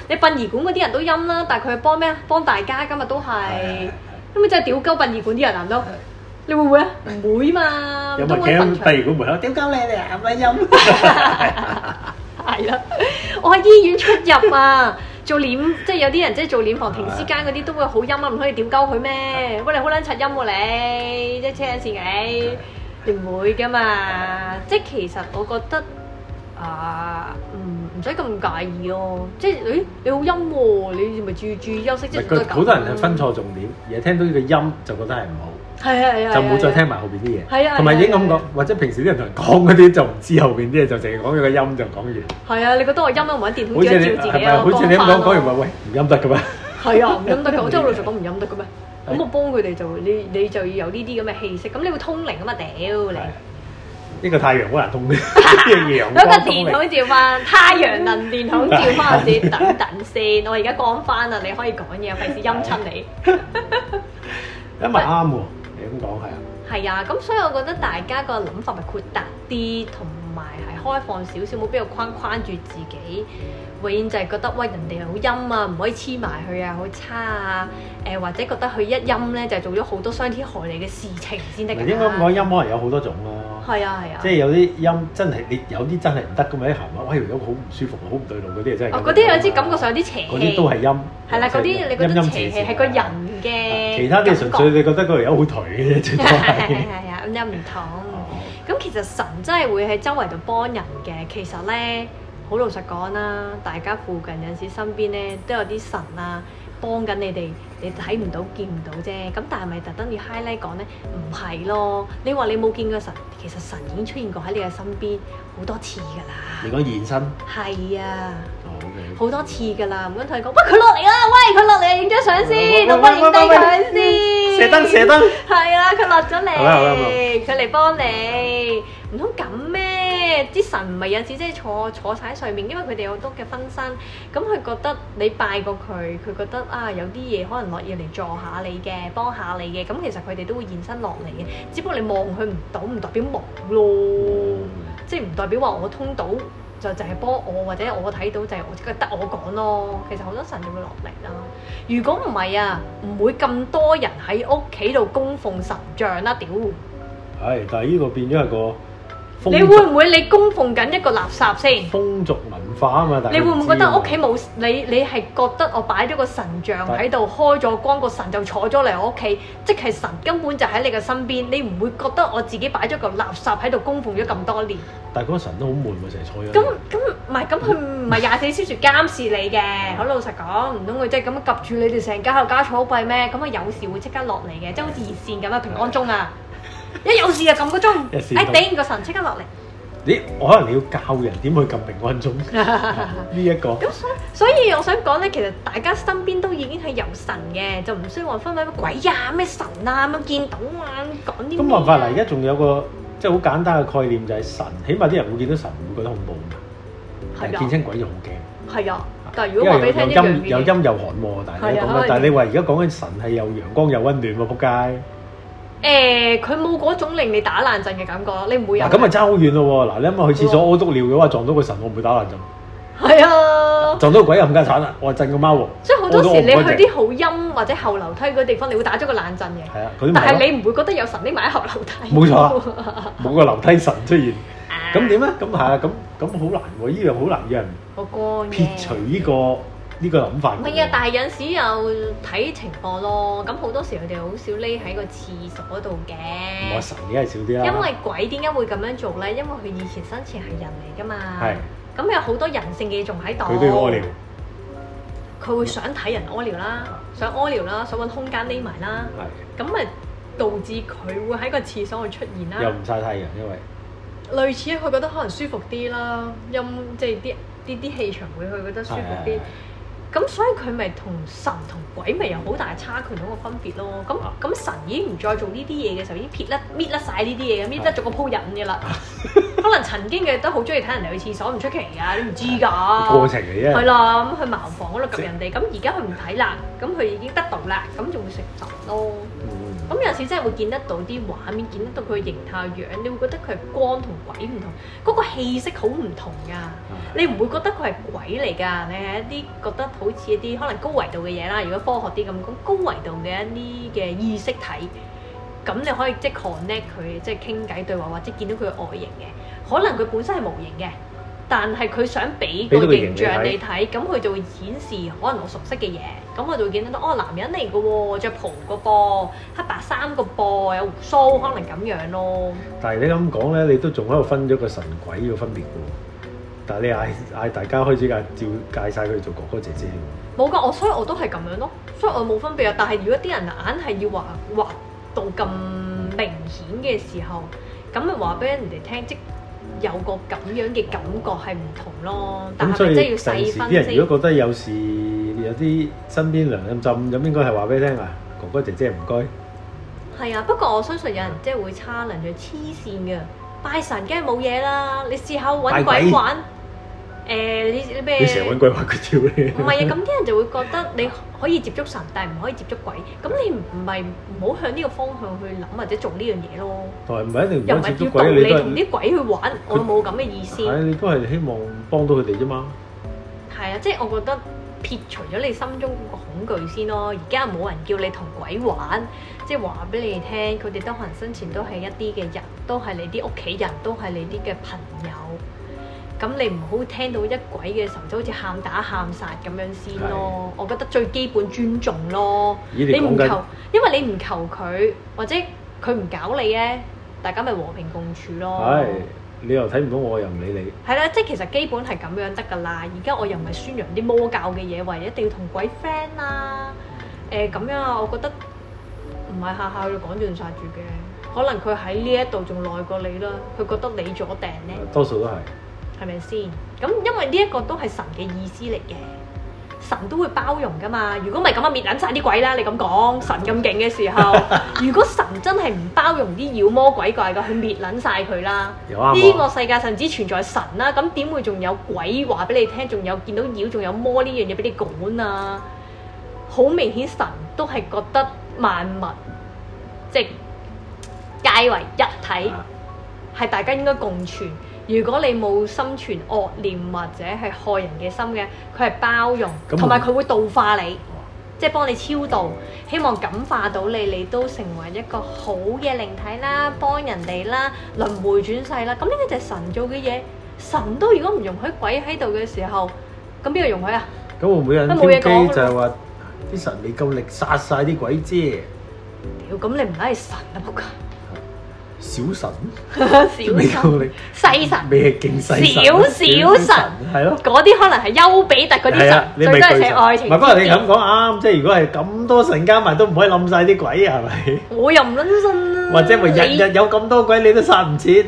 Speaker 2: 你殯儀館嗰啲人都陰
Speaker 1: À.
Speaker 2: 啦，但係佢係幫咩啊？幫大家今日都係，咁咪真係屌鳩殯儀館啲人難唔到？你會唔會啊？唔會嘛，
Speaker 1: 有
Speaker 2: 都
Speaker 1: 咪
Speaker 2: 會瞓
Speaker 1: 企喺
Speaker 2: 場
Speaker 1: 第二股門口，屌鳩你你啊咪音，
Speaker 2: 係啦，我喺醫院出入啊，做臉即係有啲人即係做臉防停屍間嗰啲都會好陰啊，唔可以屌鳩佢咩？喂，你好撚柒陰喎你，即係車緊線嘅，你唔會噶嘛？即係其實我覺得啊，唔唔使咁介意咯，即係誒你好陰喎，你咪注意注意休息，即係
Speaker 1: 佢好多人係分錯重點，而係聽到呢個音就覺得係唔好。
Speaker 2: 係係係係，
Speaker 1: 就冇再聽埋後邊啲嘢。
Speaker 2: 係啊
Speaker 1: 同埋已經咁
Speaker 2: 係啊係
Speaker 1: 講
Speaker 2: 啊，
Speaker 1: 或者平時啲人同人講嗰啲就唔知後邊啲嘢，就淨係講咗個音就講完。
Speaker 2: 係啊，你覺得我陰啊，揾電筒
Speaker 1: 好
Speaker 2: 照
Speaker 1: 似
Speaker 2: 一
Speaker 1: 你
Speaker 2: 照自
Speaker 1: 係
Speaker 2: 己
Speaker 1: 咪
Speaker 2: 啊，
Speaker 1: 好似你咁講講完話，喂唔音得嘅咩？
Speaker 2: 係啊，唔飲得嘅，我真係老實講唔飲得嘅咩？
Speaker 1: 係
Speaker 2: 咁我幫佢哋就你你就要有呢啲咁嘅氣息，咁你會通靈啊嘛屌你！有
Speaker 1: 呢個太陽好難通嘅，陽
Speaker 2: 個
Speaker 1: 光通
Speaker 2: 電
Speaker 1: 力。
Speaker 2: 筒照翻，太陽能電筒照翻我自己，等等先，我而家光翻啦，你可以講嘢，費事陰親你。
Speaker 1: 因為啱喎，你咁講係啊。
Speaker 2: 係啊，咁所以我覺得大家個諗法咪豁達啲，同埋係開放少少，冇必要框框住自己。永遠就係覺得喂人哋好陰啊，唔可以黐埋佢啊，好差啊，誒、或者覺得佢一陰咧就做咗好多傷天害理嘅事情先得㗎
Speaker 1: 嗱
Speaker 2: 啦。
Speaker 1: 應該咁講，音可能有好多種咯。
Speaker 2: 係啊係啊，
Speaker 1: 即係有啲音真係你有啲真係唔得㗎嘛，啲行話喂有個好唔舒服、好唔對路嗰啲真係咁樣
Speaker 2: 哦
Speaker 1: 㗎嘛。
Speaker 2: 嗰啲有啲感覺上有啲邪氣，
Speaker 1: 嗰啲都係音。
Speaker 2: 係啦，嗰啲你覺得
Speaker 1: 陰陰
Speaker 2: 邪氣
Speaker 1: 邪
Speaker 2: 係個人嘅，
Speaker 1: 其他嘅純粹你覺得嗰條友好頹嘅啫，最多
Speaker 2: 係係
Speaker 1: 係。
Speaker 2: 係啊，咁又唔同。
Speaker 1: 哦
Speaker 2: 咁其實神真係會喺周圍度幫人嘅。其實咧，好老實講啦，大家附近有陣時身邊咧都有啲神啊幫緊你哋，你睇唔到見唔到啫。咁但係咪特登要 highlight 講咧？唔係咯。你話你冇見過神，其實神已經出現過喺你嘅身邊好多次㗎
Speaker 1: 你
Speaker 2: 啦。
Speaker 1: 講現身，
Speaker 2: 係啊。
Speaker 1: 哦，OK。
Speaker 2: 好多次㗎啦，唔敢同佢講，喂佢落嚟啦，喂佢落嚟，影張相先，我幫你影低佢先。
Speaker 1: 射燈射燈，
Speaker 2: 係啊，佢落咗
Speaker 1: 好啦好啦好啦
Speaker 2: 嚟，佢嚟幫你，唔通咁咩？啲神唔係有時即係坐坐晒喺上面，因為佢哋有好多嘅分身，咁佢覺得你拜過佢，佢覺得啊有啲嘢可能落嘢嚟助下你嘅，幫下你嘅，咁其實佢哋都會現身落嚟嘅，只不過你望佢唔到，唔代表冇咯。即係唔代表話我通到就就係幫我，或者我睇到就係我即係得我講咯。其實好多神就會落嚟啦。如果唔係啊，唔會咁多人喺屋企度供奉神像啦。屌，你
Speaker 1: 係，但係呢個變咗係個風俗
Speaker 2: 會唔會你供奉緊一個垃圾先？
Speaker 1: 風俗文化啊嘛？但係
Speaker 2: 你會唔會覺得
Speaker 1: 知啊嘛
Speaker 2: 屋企冇你？你係覺得我擺咗個神像喺度，開咗光，個神就坐咗嚟我屋企，即係神根本就喺你嘅身邊。你唔會覺得我自己擺咗個垃圾喺度供奉咗咁多年？
Speaker 1: 但係嗰個神都好悶喎，成日坐喺
Speaker 2: 咁
Speaker 1: 度。
Speaker 2: 咁唔係咁，佢唔係廿四小時監視你嘅。好老實講，唔通佢即係咁及住你哋成家喺度家嘈閉咩？咁啊有事會即刻落嚟嘅，即係好似熱線咁啊，平安鐘啊，一有事就撳個
Speaker 1: 一
Speaker 2: 鐘，
Speaker 1: 線
Speaker 2: 哎
Speaker 1: 鐘
Speaker 2: 頂個神即刻落嚟。
Speaker 1: 你我可能你要教人點去撳平 安鐘呢一個。
Speaker 2: 咁所所以我想講咧，其實大家身邊都已經係有神嘅，就唔需要話分咩鬼啊、咩神啊咁樣見到啊講啲咩啊。
Speaker 1: 咁冇辦法啦，而家仲有個即係好簡單嘅概念就係神，起碼啲人會見到神唔會覺得恐怖嘛。但
Speaker 2: 係
Speaker 1: 係
Speaker 2: 啊
Speaker 1: 見親鬼就好驚，
Speaker 2: 係啊，但
Speaker 1: Dạ,
Speaker 2: 係如果話俾你聽呢
Speaker 1: 因為
Speaker 2: 樣
Speaker 1: 有有
Speaker 2: 嘢
Speaker 1: 陰有。陰有寒喎。但係
Speaker 2: 係
Speaker 1: 你
Speaker 2: 啊
Speaker 1: 講緊
Speaker 2: 可能
Speaker 1: 但係你話而家講緊神係有陽光有温暖喎，仆街。
Speaker 2: 誒，佢冇嗰種令你打冷震嘅感覺，你唔會有
Speaker 1: 嗱，咁咪爭好遠咯喎！嗱，你諗下去廁所屙督尿嘅話，撞到個神，我唔會打爛陣；
Speaker 2: 係啊。
Speaker 1: 撞到個鬼又冚家鏟啦，我係震個貓喎。
Speaker 2: 所以好多
Speaker 1: 屙到
Speaker 2: 時你
Speaker 1: 我唔乾淨
Speaker 2: 去啲好陰或者後樓梯嗰啲地方，你會打咗個冷震嘅。
Speaker 1: 係啊，嗰啲咪
Speaker 2: 但係
Speaker 1: 係
Speaker 2: 你唔會覺得有神匿埋喺後樓梯。
Speaker 1: 冇錯 啊咯冇個樓梯神出現，咁點咧？咁係啊，咁咁好難喎！呢樣好難讓人
Speaker 2: 我啊乾
Speaker 1: 撇
Speaker 2: 嘅
Speaker 1: 除。呢個呢個諗法。
Speaker 2: 唔係啊，但係有陣時又睇情況咯。咁好多時佢哋好少匿喺個廁所度
Speaker 1: 我
Speaker 2: 嘅。
Speaker 1: 神梗係少啲啦。
Speaker 2: 因為鬼點解會咁樣做咧？因為佢以前生前係人嚟㗎嘛。
Speaker 1: 係
Speaker 2: 咁有好多人性嘅嘢仲喺度。
Speaker 1: 佢都要屙尿，
Speaker 2: 佢會想睇人屙尿啦，想屙尿啦，想揾空間匿埋啦。
Speaker 1: 係
Speaker 2: 咁咪導致佢會喺個廁所度出現啦。
Speaker 1: 又唔晒太陽，因為
Speaker 2: 類似佢覺得可能舒服啲啦，陰即係啲啲啲氣場會佢覺得舒服啲，咁所以佢咪同神同鬼咪有好大差距嗰個分別咯。咁
Speaker 1: 啊
Speaker 2: 咁神已經唔再做呢啲嘢嘅時候，已經撇甩搣甩晒呢啲嘢，搣甩咗個鋪癮嘅 啦。可能曾經嘅都好中意睇人哋去廁所，唔出奇㗎，你唔知
Speaker 1: 係
Speaker 2: 㗎。
Speaker 1: 過程嚟
Speaker 2: 係
Speaker 1: 啫。
Speaker 2: 啦，咁去茅房嗰度及人哋，咁而家佢唔睇啦，咁佢已經得到啦，咁就會成神咯。
Speaker 1: 嗯
Speaker 2: 咁有時真係會見得到啲畫面，見得到佢嘅形態樣，你會覺得佢係光同鬼唔同，嗰、個氣息好唔同㗎。你唔會覺得佢係鬼嚟㗎，你係一啲覺得好似一啲可能高維度嘅嘢啦。如果科學啲咁講，高維度嘅一啲嘅意識體，咁你可以即係 connect 佢，即係傾偈對話，或者見到佢外形嘅，可能佢本身係無形嘅，但係佢想俾
Speaker 1: 俾到
Speaker 2: 個
Speaker 1: 個形
Speaker 2: 形象
Speaker 1: 你
Speaker 2: 你睇，咁佢就會顯示可能我熟悉嘅嘢，咁我就會見得到哦，男人嚟嘅喎，着袍個噃，黑白衫個噃，有鬍鬚，可能咁樣咯。
Speaker 1: 但係你咁講咧，你都仲喺度分咗個神鬼嘅分別嘅喎。但係你嗌嗌大家開始介照介晒佢做哥哥姐姐喎。
Speaker 2: 冇噶，我所以我都係咁樣咯，所以我冇分別啊。但係如果啲人硬係要畫畫到咁明顯嘅時候，咁咪話俾人哋聽，即有個咁樣嘅感覺係唔同咯。但
Speaker 1: 咁所
Speaker 2: 係咪
Speaker 1: 以
Speaker 2: 真係要
Speaker 1: 第
Speaker 2: 細
Speaker 1: 時
Speaker 2: 分
Speaker 1: 啲人如
Speaker 2: 先？
Speaker 1: 果覺得有時有啲身邊涼浸浸，咁應該係話俾你聽啊，哥哥姐姐唔該。
Speaker 2: 係啊，不過我相信有人即係會 challenge 佢黐線嘅，拜神梗係冇嘢啦。你試下
Speaker 1: 拜
Speaker 2: 揾
Speaker 1: 鬼
Speaker 2: 鬼玩，誒、你你咩？
Speaker 1: 你成日揾鬼話佢跳你。
Speaker 2: 唔係啊，咁啲人就會覺得你可以接觸神，但係唔可以接觸鬼。咁你唔唔係唔好向呢個方向去諗或者做呢樣嘢咯。
Speaker 1: 同埋唔係一定唔
Speaker 2: 又唔
Speaker 1: 可以
Speaker 2: 係
Speaker 1: 接觸
Speaker 2: 叫道
Speaker 1: 鬼，
Speaker 2: 理
Speaker 1: 你都
Speaker 2: 同
Speaker 1: 係
Speaker 2: 啲鬼去玩，我冇咁嘅意思。
Speaker 1: 係你都係希望幫到佢哋啫嘛。
Speaker 2: 係啊，即係我覺得撇除咗你心中嗰個恐懼先咯。而家冇人叫你同鬼玩，即係話俾你聽，佢哋都可能生前都係一啲嘅人，都係你啲屋企人，都係你啲嘅朋友。咁你唔好聽到一鬼嘅時候就好似喊打喊殺咁樣先咯。我覺得最基本尊重咯。
Speaker 1: 咦？
Speaker 2: 你
Speaker 1: 講
Speaker 2: 唔
Speaker 1: 緊
Speaker 2: 求，因為你唔求佢，或者佢唔搞你咧，大家咪和平共處咯。
Speaker 1: 係你又睇唔到我，又唔理你。
Speaker 2: 係啦，即係其實基本係咁樣得㗎啦。而家我又唔係宣揚啲魔教嘅嘢，話一定要同鬼 friend 啊，誒、咁樣啊，我覺得唔係下下要趕盡殺絕嘅，可能佢喺呢一度仲耐過你啦，佢覺得你咗訂咧，
Speaker 1: 多數都係。
Speaker 2: 係咪先？咁因為呢一個都係神嘅意思嚟嘅，神都會包容㗎嘛。如果唔係咁啊，滅撚晒啲鬼啦！你咁講，神咁勁嘅時候，如果神真係唔包容啲妖魔鬼怪嘅，佢滅撚晒佢啦。
Speaker 1: 又啱啊
Speaker 2: 呢
Speaker 1: 喎
Speaker 2: 個世界上只存在神啦、咁點會仲有鬼話俾你聽？仲有見到妖，仲有魔呢樣嘢俾你講啊！好明顯，神都係覺得萬物即係皆為一體，
Speaker 1: 啊
Speaker 2: 係大家應該共存。如果你冇心存惡念或者係害人嘅心嘅，佢係包容，
Speaker 1: 咁
Speaker 2: 同埋佢會道化你，即係幫你超度，希望感化到你，你都成為一個好嘅靈體啦，幫人哋啦，輪迴轉世啦。咁呢個就係神做嘅嘢。神都如果唔容許鬼喺度嘅時候，咁邊個容許啊？
Speaker 1: 咁會唔會有人
Speaker 2: 都冇嘢
Speaker 1: 挑
Speaker 2: 講
Speaker 1: 機就係話啲神未夠力殺晒啲鬼啫？
Speaker 2: 屌，咁你唔係神啊仆
Speaker 1: 小神
Speaker 2: 街，
Speaker 1: 未
Speaker 2: 小神
Speaker 1: 夠力，
Speaker 2: 細神。
Speaker 1: 咩勁細神？
Speaker 2: 小小神
Speaker 1: 係咯。
Speaker 2: 嗰啲可能係丘比特嗰啲
Speaker 1: 係啊
Speaker 2: 神，，
Speaker 1: 你
Speaker 2: 最
Speaker 1: 咪
Speaker 2: 多係
Speaker 1: 巨
Speaker 2: 寫
Speaker 1: 神。
Speaker 2: 愛情
Speaker 1: 唔係，不過你
Speaker 2: 之子。
Speaker 1: 咁講啱，即係如果係咁多神加埋都唔可以冧晒啲鬼，係咪？
Speaker 2: 我又唔撚信啦。
Speaker 1: 或者咪日
Speaker 2: 你
Speaker 1: 日有咁多鬼，你都殺唔切。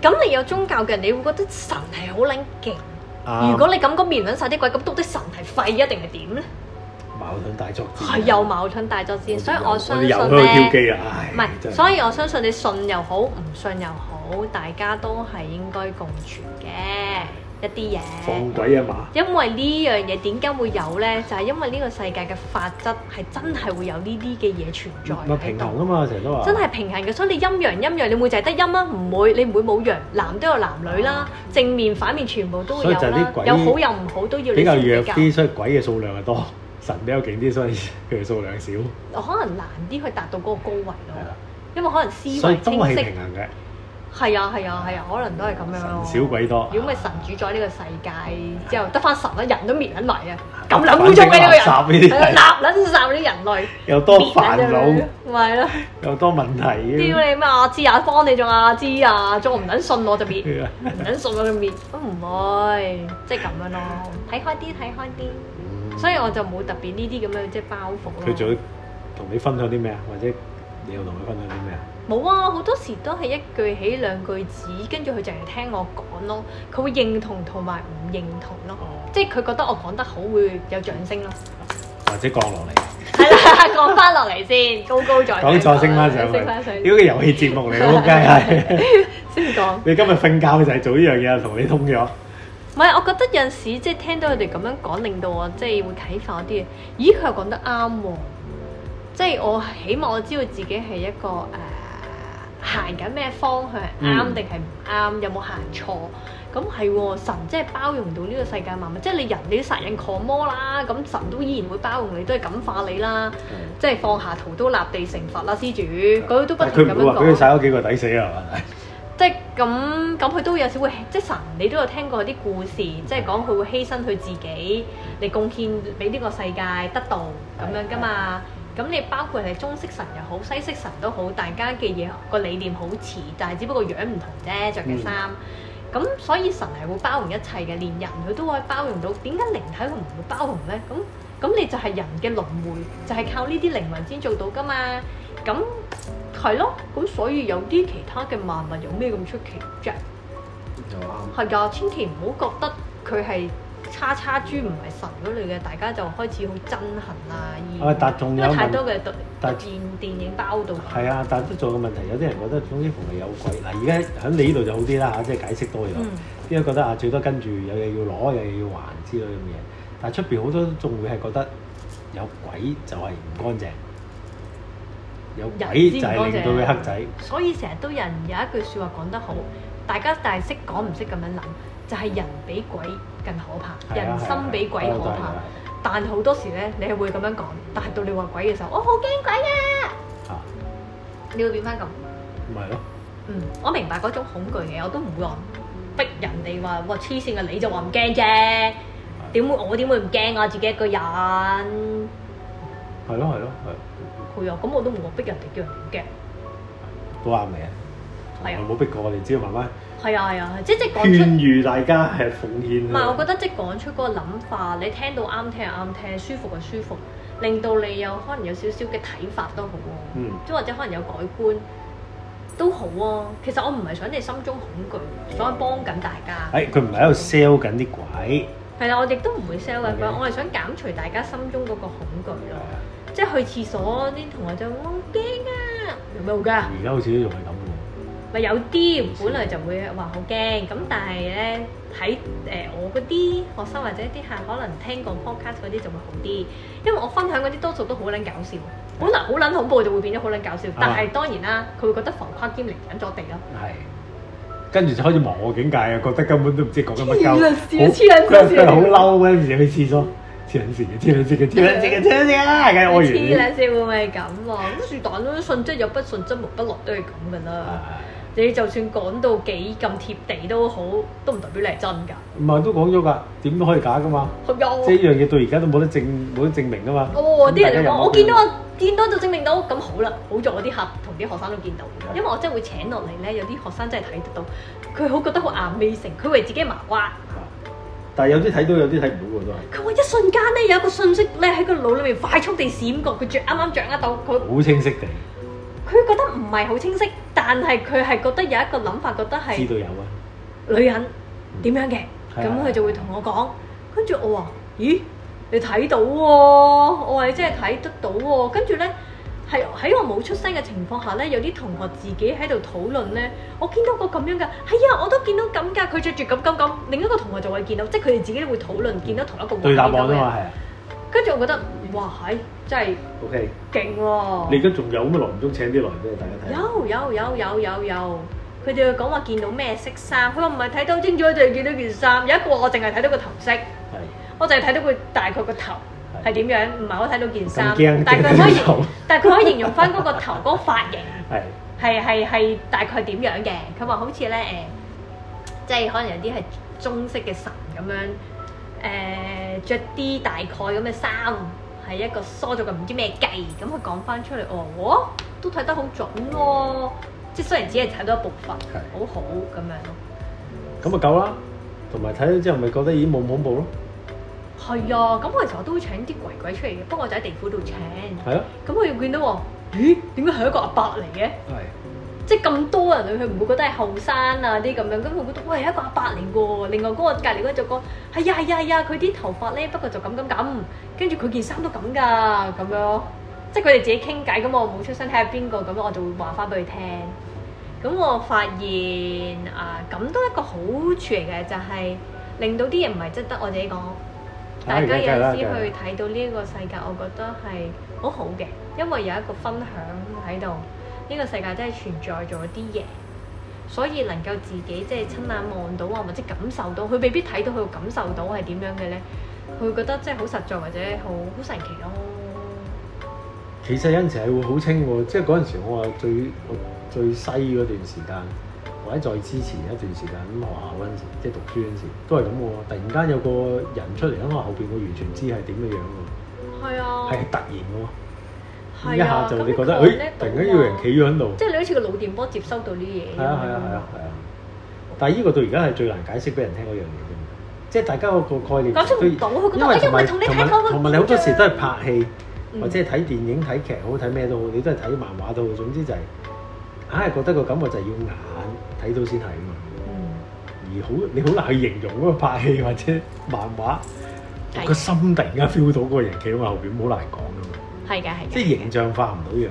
Speaker 2: 咁你有宗教嘅人，你會覺得神係好撚勁。
Speaker 1: À,
Speaker 2: 如果你咁講面撚晒啲鬼，咁到底神係廢一定係點咧？
Speaker 1: 矛盾大作戰
Speaker 2: 係又矛盾大作戰，所以我相信
Speaker 1: 又喺度挑
Speaker 2: 咧，
Speaker 1: 機啦，唉
Speaker 2: 唔係，
Speaker 1: 真
Speaker 2: 所以我相信你信又好，唔信又好，大家都係應該共存嘅一啲嘢。
Speaker 1: 放鬼一馬。
Speaker 2: 因為呢樣嘢點解會有呢？就係、因為呢個世界嘅法則係真係會有呢啲嘅嘢存在
Speaker 1: 咪
Speaker 2: 喺
Speaker 1: 平
Speaker 2: 度
Speaker 1: 衡。啊嘛，成日都話
Speaker 2: 真係平衡嘅，所以你陰陽陰陽，你會就係得陰啦，唔會你唔會冇陽，男都有男女啦，正面反面全部都會有
Speaker 1: 所以就係
Speaker 2: 啦
Speaker 1: 啲，鬼
Speaker 2: 有好有唔好都要
Speaker 1: 比
Speaker 2: 你
Speaker 1: 較
Speaker 2: 先
Speaker 1: 弱
Speaker 2: 比較。
Speaker 1: 啲，所以鬼嘅數量係多，神比較勁啲，所以 佢嘅數量少，係
Speaker 2: 可能難啲去達到嗰個高位
Speaker 1: 啦
Speaker 2: 咯，，因為可能思
Speaker 1: 所以
Speaker 2: 維
Speaker 1: 都
Speaker 2: 清
Speaker 1: 係
Speaker 2: 晰
Speaker 1: 平，衡嘅，
Speaker 2: 係啊係啊係啊，可能都係咁樣咯。
Speaker 1: 神少鬼多。
Speaker 2: 如果咪神主宰呢個世界之後，得翻神啦，人都滅撚埋 啊！咁
Speaker 1: 反
Speaker 2: 撚污糟嘅
Speaker 1: 正
Speaker 2: 呢
Speaker 1: 垃圾呢啲
Speaker 2: 個
Speaker 1: 係
Speaker 2: 人，納撚晒啲人類，
Speaker 1: 又多
Speaker 2: 滅
Speaker 1: 煩
Speaker 2: 撚
Speaker 1: 惱
Speaker 2: 咗，佢咪係咯。
Speaker 1: 又多問題
Speaker 2: 屌你咩阿芝啊，幫你仲阿芝啊，仲唔撚信我就滅，
Speaker 1: 係啊
Speaker 2: 唔撚信我就滅，都唔會，即係咁樣咯。睇開啲，睇開啲，所以我就冇特別呢啲咁樣即係包袱
Speaker 1: 佢仲
Speaker 2: 咯
Speaker 1: 要。同你分享啲咩啊？或者你又同佢分享啲咩啊？
Speaker 2: 冇啊，好多時都係一句起兩句止，跟住佢淨係聽我講咯，佢會認同同埋唔認同咯，
Speaker 1: 哦，
Speaker 2: 即係佢覺得我講得好會有掌聲咯。
Speaker 1: 或者降落嚟，
Speaker 2: 係啦， 講翻落嚟先，高高在
Speaker 1: 講錯
Speaker 2: 上
Speaker 1: 升翻上
Speaker 2: 升翻上
Speaker 1: 去，屌個遊戲節目嚟，仆街係。
Speaker 2: 先講。
Speaker 1: 你今日瞓覺就係做呢樣嘢，同你通咗。
Speaker 2: 唔係，我覺得有陣時即係聽到佢哋咁樣講，令到我即係會啟發我啲嘢。咦，佢又講得啱喎！即係我起碼我知道自己係一個誒呃行緊咩方向係
Speaker 1: 嗯
Speaker 2: 啱定係唔啱，有冇行錯。咁係喎，神真係包容到呢個世界萬物，即係你人你都殺人狂魔啦，咁神都依然會包容你，都係感化你啦，即係放下屠刀立地成佛啦，施主，佢都不
Speaker 1: 但
Speaker 2: 停
Speaker 1: 佢
Speaker 2: 咁
Speaker 1: 唔會
Speaker 2: 樣
Speaker 1: 話俾佢
Speaker 2: 講。
Speaker 1: 殺咗幾個抵死啊係咪？
Speaker 2: 即係咁咁，佢都有少會即係神，你都有聽過啲故事，即係講佢會犧牲佢自己嚟貢獻俾呢個世界得道咁樣噶嘛。咁你包括係中式神又好，西式神都好，大家嘅嘢個理念好似，但係只不過樣唔同啫，着嘅衫。咁、所以神係會包容一切嘅，連人佢都可以包容到。點解靈體佢唔會包容呢？咁咁你就係人嘅輪迴，就係、靠呢啲靈魂先做到噶嘛。咁係咯，咁所以有啲其他嘅萬物有咩咁出奇啫？
Speaker 1: 又啱。
Speaker 2: 係㗎，千祈唔好覺得佢係叉叉豬唔係神嗰類嘅，大家就開始好憎恨啊！厭
Speaker 1: 啊但仲有
Speaker 2: 因為太
Speaker 1: 問
Speaker 2: 多嘅對
Speaker 1: 但
Speaker 2: 電電影包到，
Speaker 1: 係啊，但係都仲有個問題，有啲人覺得總之逢係有鬼嗱，而家喺你呢度就好啲啦嚇，即係解釋多咗。
Speaker 2: 嗯
Speaker 1: 啲人覺得啊，最多跟住有嘢要攞，有嘢要還之類咁嘅嘢。但係出邊好多仲會係覺得有鬼就係唔乾淨，有鬼就係令到佢黑仔。
Speaker 2: 所以成日都有人有一句説話講得好，大家但係識講唔識咁樣諗，就係、人比鬼更可怕，
Speaker 1: 係啊
Speaker 2: 人心比鬼可。
Speaker 1: 係啊係
Speaker 2: 怕
Speaker 1: 啊。
Speaker 2: 但好多時咧，你係會咁樣講，但係到你話鬼嘅時候，我哦好驚鬼啊！
Speaker 1: 係啊嚇，
Speaker 2: 你會變翻咁。
Speaker 1: 咪係咯，
Speaker 2: 嗯，我明白嗰種恐懼嘅，我都唔會話逼人哋話哇黐線嘅，你就話唔驚啫。點會我點會唔驚啊？自己一個人，佢
Speaker 1: 係咯係咯係。
Speaker 2: 又咁我都冇話逼人哋叫人哋唔驚。
Speaker 1: 都啱嘅。
Speaker 2: 係啊
Speaker 1: 我冇逼過，我哋只要慢慢
Speaker 2: 係啊係啊，即即講出
Speaker 1: 哦勸喻大家係奉獻。啊
Speaker 2: 唔係，我覺得即係講出嗰個諗法，你聽到啱聽就啱聽，舒服就舒服，令到你有可能有少少嘅睇法都好喎，
Speaker 1: 嗯
Speaker 2: 即係或者可能有改觀都好啊。其實我唔係想你心中恐懼，
Speaker 1: 哦
Speaker 2: 想幫緊大家。
Speaker 1: 誒，哎佢唔係喺度 sell 緊啲鬼，
Speaker 2: 係啦，我哋都唔會 sell 嘅，
Speaker 1: Okay
Speaker 2: 我係想減除大家心中嗰個恐懼
Speaker 1: 啊
Speaker 2: 咯。即係去廁所啲同學就話我好驚啊，有咩好驚啊？
Speaker 1: 而家好似都仲係咁
Speaker 2: 咪有啲本來就會話好驚，咁但係咧喺誒我嗰啲學生或者啲客可能聽過 podcast 嗰啲就會好啲，因為我分享嗰啲多數都好撚搞笑，好撚好撚恐怖就會變咗好撚搞笑，但係當然啦，佢會覺得浮誇兼離緊咗地咯。
Speaker 1: 喎，係。跟住就開始忘我境界啊，覺得根本都唔知講緊乜鳩。
Speaker 2: 啊黐撚線黐
Speaker 1: 好
Speaker 2: 撚
Speaker 1: 佢
Speaker 2: 線
Speaker 1: 佢好嬲嗰陣時去廁所，黐撚線嘅，黐撚線嘅，黐撚線嘅，黐撚線嘅，梗係
Speaker 2: 啊黐
Speaker 1: 屙完。
Speaker 2: 兩線會唔會係咁啊？咁是但啦，信則有，不信則無，不落都係咁噶啦。
Speaker 1: 啊
Speaker 2: 你就算講到幾咁貼地都好，都唔代表你係真㗎。
Speaker 1: 唔係都講咗㗎，點都可以假㗎嘛。
Speaker 2: 係啊
Speaker 1: 即係呢樣嘢到而家都冇得證冇得證明㗎嘛。
Speaker 2: 哦，啲
Speaker 1: 咁大家
Speaker 2: 人就
Speaker 1: 有
Speaker 2: 話
Speaker 1: 冇
Speaker 2: 我見到我見到就證明到，咁好啦，好在我啲客同啲學生都見到，因為我真係會請落嚟咧，有啲學生真係睇得到，佢好覺得好 amazing，佢以為自己係麻瓜，
Speaker 1: 啊但係有啲睇到，有啲睇唔到㗎
Speaker 2: 佢話一瞬間咧有一個信息咧喺個腦裏面快速地閃過，佢最啱啱掌握到，佢
Speaker 1: 都係，好清晰地
Speaker 2: 佢覺得唔係好清晰，但係佢係覺得有一個諗法，覺得係
Speaker 1: 知道有啊。
Speaker 2: 女人點樣嘅，
Speaker 1: 係啊
Speaker 2: 咁
Speaker 1: 係啊
Speaker 2: 佢就會同我講，跟住我話：咦，你睇到喎、我話你真係睇得到喎、跟住咧。係喺我冇出聲嘅情況下咧，有啲同學自己喺度討論咧，我見到個咁樣㗎，係啊，我都見到咁㗎，佢着住咁咁咁，另一個同學就會見到，即係佢哋自己會討論見到同一個
Speaker 1: 嗯對答案啊
Speaker 2: 畫面咁樣
Speaker 1: 嘛，係啊。
Speaker 2: 跟住我覺得，哇，係真係
Speaker 1: OK，
Speaker 2: 勁喎！
Speaker 1: 你而家仲有咩耐唔中請啲來俾大家睇？
Speaker 2: 有有有有有有，佢哋講話見到咩色衫，佢話唔係睇到清楚，就係見到件衫。有一個我淨係睇到個頭飾，
Speaker 1: 係
Speaker 2: 我淨係睇到佢大概個頭係點樣，唔係我睇到件衫
Speaker 1: 咁驚，，
Speaker 2: 但係佢可以
Speaker 1: 驚到，
Speaker 2: 但係佢可以形容翻嗰個頭嗰個髮型
Speaker 1: 係
Speaker 2: 係係係大概點樣嘅。佢話好似咧誒，即係可能有啲係中式嘅神咁樣誒，著啲大概咁嘅衫。係一個梳咗個唔知咩計，咁佢講翻出嚟，哦，我都睇得好準喎、即係雖然只係睇到一部分，
Speaker 1: 係
Speaker 2: 好好咁樣咯。
Speaker 1: 咁咪夠啦。同埋睇咗之後，咪覺得已經冇咁恐怖咯。
Speaker 2: 係啊，咁我其實我都會請啲鬼鬼出嚟嘅，不過我就喺地府度請。
Speaker 1: 係啊，
Speaker 2: 咁我又見到喎，咦？點解係一個阿伯嚟嘅？
Speaker 1: 係
Speaker 2: 即係咁多人去，佢唔會覺得係後生啊啲咁樣，咁佢覺得喂係一個阿伯嚟嘅喎。另外嗰個隔離嗰就講係呀係呀係呀，佢啲頭髮咧不過就咁咁咁，跟住佢件衫都咁㗎咁樣，即係佢哋自己傾偈，咁我冇出聲睇下邊個，咁我就會話翻俾佢聽。咁我發現啊，咁都一個好處嚟嘅，就係、令到啲嘢唔係即得我自己講，大家有陣時去睇到呢個世界，我覺得係好好嘅，因為有一個分享喺度，呢、個世界真係存在咗啲嘢，所以能夠自己即係親眼望到啊，或者感受到，佢未必睇到，佢會感受到係點樣嘅咧？佢會覺得即係好實在或者好好神奇咯。
Speaker 1: 其實有陣時係會好清喎，即係嗰陣時我話最我最西嗰段時間，或者再之前一段時間咁學校嗰陣時，即係讀書嗰陣時都係咁嘅喎。突然間有個人出嚟，咁啊我後邊我完全知係點嘅樣喎，
Speaker 2: 係啊，
Speaker 1: 係突然
Speaker 2: 係啊
Speaker 1: 喎，一下就你覺得，
Speaker 2: 咁你
Speaker 1: 誒
Speaker 2: connect 到
Speaker 1: 突然間有人企咗喺度，
Speaker 2: 即係你好似個腦電波接收到呢啲嘢。
Speaker 1: 係啊係啊係啊係啊。但係呢個到而家係最難解釋俾人聽嗰樣嘢啫嘛，即係大家嗰個概念
Speaker 2: 解釋唔
Speaker 1: 都
Speaker 2: 到佢覺得
Speaker 1: 因為
Speaker 2: 哎
Speaker 1: 同
Speaker 2: 因
Speaker 1: 埋
Speaker 2: 為同你
Speaker 1: 同
Speaker 2: 睇
Speaker 1: 埋
Speaker 2: 嗰個
Speaker 1: 同埋你好多時都係拍戲。
Speaker 2: 嗯
Speaker 1: 或者係睇電影、睇劇好睇咩都好，你都係睇漫畫都好，總之就係硬係覺得個感覺就係要眼睇到先係啊嘛。
Speaker 2: 嗯
Speaker 1: 而好你好難去形容嗰個拍戲或者漫畫
Speaker 2: 係
Speaker 1: 個心突然間 feel 到嗰個人企喺我後邊，好難講噶嘛。
Speaker 2: 係㗎係㗎。
Speaker 1: 即係形象化唔到呢樣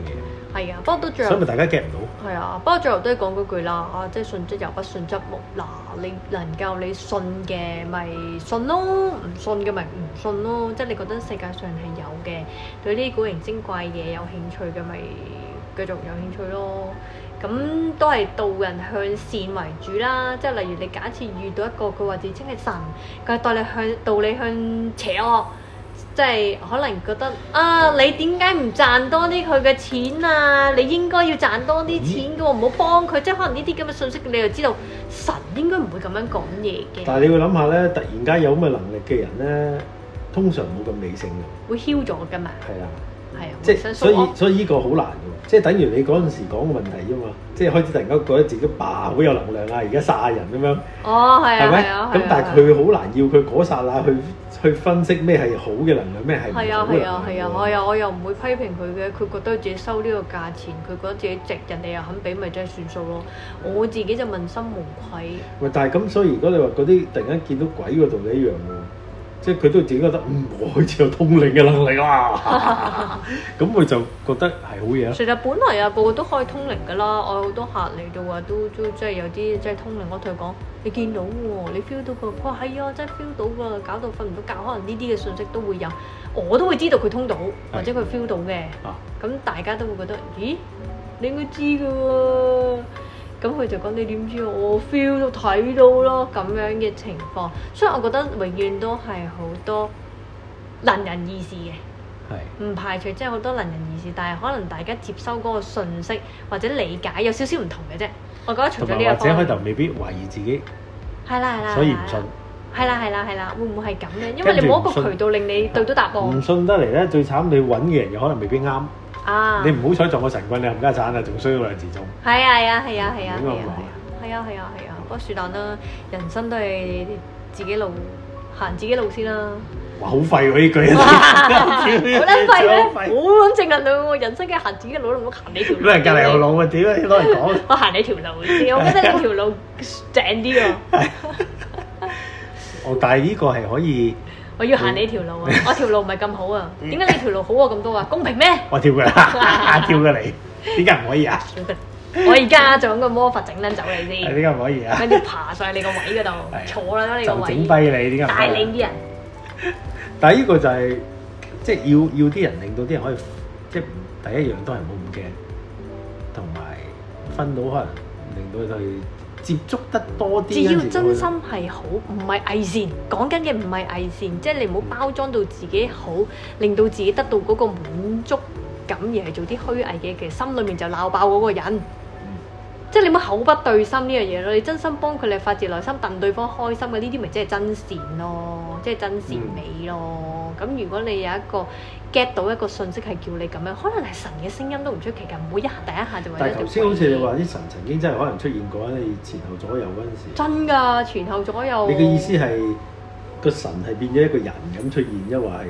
Speaker 2: 係啊，不過都最
Speaker 1: 嘢，
Speaker 2: 後
Speaker 1: 所以咪大家 get 唔到。
Speaker 2: 係啊，不過最後都係講嗰句啦，啊，即係信則有，不信則無嗱，你能夠你信嘅咪信咯，唔信嘅咪唔信咯，即係你覺得世界上係有嘅，對呢啲古靈精怪嘢有興趣嘅咪繼續有興趣咯。咁都係導人向善為主啦，即係例如你假設遇到一個佢話自稱係神，佢係帶你向導你向邪惡。即係可能覺得啊，你點解唔賺多啲佢嘅錢啊？你應該要賺多啲
Speaker 1: 嗯
Speaker 2: 錢嘅喎，唔好幫佢。即係可能呢啲咁嘅信息，你就知道神應該唔會咁樣講嘢
Speaker 1: 但
Speaker 2: 嘅，
Speaker 1: 係你要諗下咧，突然間有咁嘅能力嘅人咧，通常冇咁理性嘅，
Speaker 2: 會囂咗㗎嘛。
Speaker 1: 係啊。
Speaker 2: 係啊，
Speaker 1: 即
Speaker 2: 會想
Speaker 1: 係所
Speaker 2: 掃
Speaker 1: 以所以呢個好難嘅，即係等於你嗰陣時講嘅問題啫嘛。即係開始突然間覺得自己bah好有能量啊，而家殺人咁樣。
Speaker 2: 哦，係啊，
Speaker 1: 係
Speaker 2: 係
Speaker 1: 咪？
Speaker 2: 啊，
Speaker 1: 咁但係佢好難要佢嗰剎那去去分析咩係好嘅能量，咩係唔
Speaker 2: 係啊
Speaker 1: 好嘅能
Speaker 2: 係
Speaker 1: 量
Speaker 2: 啊係啊，我又我又唔會批評佢嘅，佢覺得自己收呢個價錢，佢覺得自己值，人哋又肯俾，咪真係算數咯。我自己就問心無愧，
Speaker 1: 喂，但係咁，所以如果你話嗰啲突然間見到鬼嗰度你一樣喎，即係佢都自己覺得嗯，我好似有通靈嘅能力啦，咁佢就覺得係好嘢啦。
Speaker 2: 其實本來啊個個都可以通靈㗎啦，我有好多客嚟到啊，都都即係有啲即係通靈，我同佢講你見到喎，你 feel 到佢，佢話係啊，真係 feel 到㗎，搞到瞓唔到覺，可能呢啲嘅信息都會有，我都會知道佢通到或者佢 feel 到嘅。
Speaker 1: 啊，
Speaker 2: 咁大家都會覺得，咦，你應該知嘅喎。咁佢就講你點知啊我 feel 到睇到咯，咁樣嘅情況，所以我覺得永遠都係好多能人異士嘅，
Speaker 1: 係
Speaker 2: 唔排除即係好多能人異士，但係可能大家接收嗰個信息或者理解有少少唔同嘅啫。我覺得除
Speaker 1: 同
Speaker 2: 咗
Speaker 1: 埋
Speaker 2: 呢
Speaker 1: 或
Speaker 2: 個
Speaker 1: 者
Speaker 2: 方
Speaker 1: 開
Speaker 2: 面，
Speaker 1: 頭未必懷疑自己，
Speaker 2: 係啦係啦，
Speaker 1: 所以唔信。
Speaker 2: 係啦係啦係啦，會唔會係咁咧？因為
Speaker 1: 跟住
Speaker 2: 你冇一
Speaker 1: 唔信
Speaker 2: 個渠道令你對到答
Speaker 1: 唔
Speaker 2: 案
Speaker 1: 信得嚟咧，最慘你揾嘅人又可能未必啱。
Speaker 2: 啊！
Speaker 1: 你唔好彩撞個神棍，你冚家鏟啊，仲衰咗兩字鐘。
Speaker 2: 係啊係啊係啊係啊
Speaker 1: 唔
Speaker 2: 係
Speaker 1: 應
Speaker 2: 啊係啊係啊係啊，不過是但啦，人生都係自己路行自己路 先啦。
Speaker 1: 哇，好廢喎呢句。
Speaker 2: 好撚廢咧，
Speaker 1: 好
Speaker 2: 好
Speaker 1: 廢
Speaker 2: 撚正能量喎！人生梗係行自己嘅路，唔好行呢條路。
Speaker 1: 俾人隔離後腦啊！屌 你攞嚟講，
Speaker 2: 我行你條路先，我覺得你條 路正啲喎。
Speaker 1: 哦，但係呢個係可以
Speaker 2: 我要行你條路啊！我條路唔係咁好啊，點解你條路好我咁多啊？公平咩？
Speaker 1: 我跳㗎啦，跳㗎嚟，點解唔可 以啊？
Speaker 2: 我而家就用個魔法整撚走你
Speaker 1: 點
Speaker 2: 先，
Speaker 1: 解唔可以啊？
Speaker 2: 跟住爬上你個位嗰度
Speaker 1: 係
Speaker 2: 坐啦，你
Speaker 1: 就
Speaker 2: 個
Speaker 1: 整
Speaker 2: 位
Speaker 1: 跛你，點解唔
Speaker 2: 帶
Speaker 1: 可以
Speaker 2: 領
Speaker 1: 啊？
Speaker 2: 啲人。
Speaker 1: 但係呢個就係即係要要啲人令到啲人可以即係唔第一樣都係唔好咁驚，同埋分到可能令到佢接觸得多啲。
Speaker 2: 只要真
Speaker 1: 跟住
Speaker 2: 心
Speaker 1: 就會
Speaker 2: 係好，唔係偽善。講緊嘅唔係偽善，即係你唔好包裝到自己好，令到自己得到嗰個滿足感，而係做啲虛偽嘅，其實心裏面就鬧爆嗰個人。
Speaker 1: 嗯
Speaker 2: 即係你唔好口不對心呢樣嘢咯，你真心幫佢，你發自內心戥對方開心嘅，呢啲咪即係真善咯，即係真善美咯。咁、如果你有一個 get 到一個信息係叫你咁樣，可能係神嘅聲音都唔出奇㗎，唔會一下第一下就為咗
Speaker 1: 但係
Speaker 2: 條
Speaker 1: 頭先好似你
Speaker 2: 鬼
Speaker 1: 話啲神曾經真係可能出現過喺你前後左右嗰陣時。
Speaker 2: 真㗎，前後左右。
Speaker 1: 你嘅意思係個神係變咗一個人咁出現，抑或係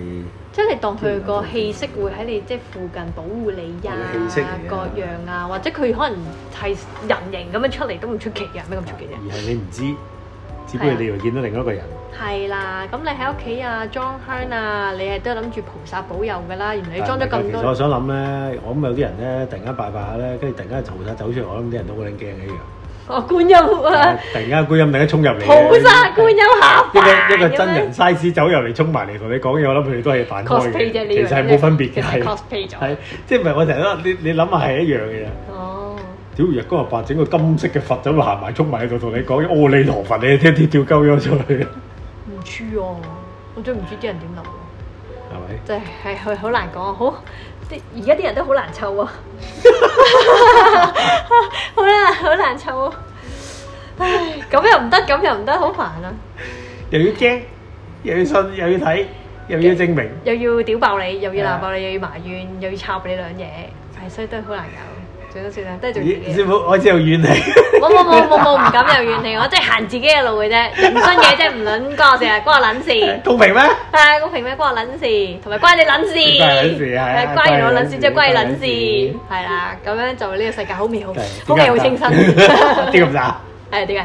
Speaker 2: 即係你當佢個氣息會喺你即係附近保護你呀、
Speaker 1: 佢嘅氣息嚟嘅
Speaker 2: 各樣啊，或者佢可能係人形咁樣出嚟都唔出奇嘅，咩咁出奇啫？
Speaker 1: 而係你唔知，只不過你又見到另一個人。
Speaker 2: 係啊啦，咁你喺屋企啊裝香啊，你係都諗住菩薩保佑㗎啦，原來你裝咗咁
Speaker 1: 其實我
Speaker 2: 多，
Speaker 1: 想諗咧，我諗有啲人咧，突然間拜拜下咧，跟住突然間菩薩走出嚟，我諗啲人都好撚驚嘅一樣。
Speaker 2: 哦觀音 啊，
Speaker 1: 突然間觀音突然間衝入嚟，
Speaker 2: 菩薩觀音下
Speaker 1: 一
Speaker 2: 凡
Speaker 1: 個一個
Speaker 2: 咁樣
Speaker 1: 真人 size 走入嚟衝埋嚟同你講嘢，我諗佢哋都係扮開
Speaker 2: cosplay 啫，
Speaker 1: 嘅，
Speaker 2: 你以為
Speaker 1: 其實係冇分別嘅，
Speaker 2: 其實係
Speaker 1: 係
Speaker 2: cosplay 咗。
Speaker 1: 係即係唔係我成日都話你你諗下係一樣嘅啫。
Speaker 2: 哦，
Speaker 1: 點屌日光日白整個金色嘅佛走行埋衝埋喺度同你講阿彌陀佛，你聽跳跳鳩咗出去，
Speaker 2: 唔知啊，我真係唔知啲人點諗喎，
Speaker 1: 係咪？
Speaker 2: 真係係係好難講啊！好，啲而家啲人都好難湊 啊，好啦，好難湊啊！唉，咁又唔得，咁又唔得，好煩啊！
Speaker 1: 又要驚，又要信，又要睇，又要證明。
Speaker 2: 又要屌爆你，又要
Speaker 1: 係啊
Speaker 2: 鬧爆你，又要埋怨，又要插你兩嘢，係所以都好難搞。最多算啦，都係做自己
Speaker 1: 咦
Speaker 2: 嘅
Speaker 1: 師。傅，我知道怨你。
Speaker 2: 冇冇冇冇冇，唔敢有怨氣，我即係行自己嘅路嘅啫，人生嘢真係唔撚關我事啊，關我撚事。
Speaker 1: 公平咩？
Speaker 2: 係公平咩？關我撚事，同埋關你撚事。
Speaker 1: 關你撚事係啊
Speaker 2: 係關完我撚事，即係關你撚
Speaker 1: 關你
Speaker 2: 事。係啦，咁樣就呢個世界好美好
Speaker 1: 係，
Speaker 2: 好美好清新。
Speaker 1: 點咁渣？
Speaker 2: 係點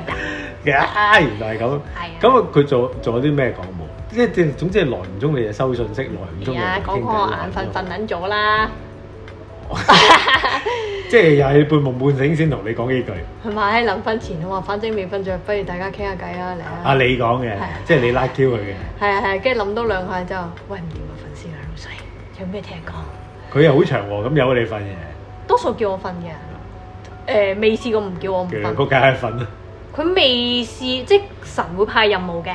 Speaker 2: 解？
Speaker 1: 嘅啊，原來係咁。
Speaker 2: 係啊。
Speaker 1: 咁啊，佢做做咗啲咩講冇？即係總之係來唔中你就收信息，來唔中
Speaker 2: 係
Speaker 1: 你
Speaker 2: 啊，
Speaker 1: 就
Speaker 2: 講
Speaker 1: 傾偈
Speaker 2: 講我眼瞓瞓。撚咗 啦，
Speaker 1: 即係又係半夢半醒先同你講幾句。
Speaker 2: 係咪？臨瞓前啊嘛，反正未瞓着，不如大家傾下偈啊，嚟
Speaker 1: 啊，
Speaker 2: 啊！
Speaker 1: 你講嘅
Speaker 2: 係啊，
Speaker 1: 即係你拉 Q 佢嘅，
Speaker 2: 係啊係啊，跟住諗多兩下之後，喂唔掂啊，瞓先啦，老細，有咩聽講？
Speaker 1: 佢又好長和咁由你瞓嘅，
Speaker 2: 多數叫我瞓嘅，誒、未試過唔叫我唔
Speaker 1: 叫佢
Speaker 2: 瞓。
Speaker 1: 仆街喺度瞓啦。
Speaker 2: 佢未試，即係神會派任務嘅，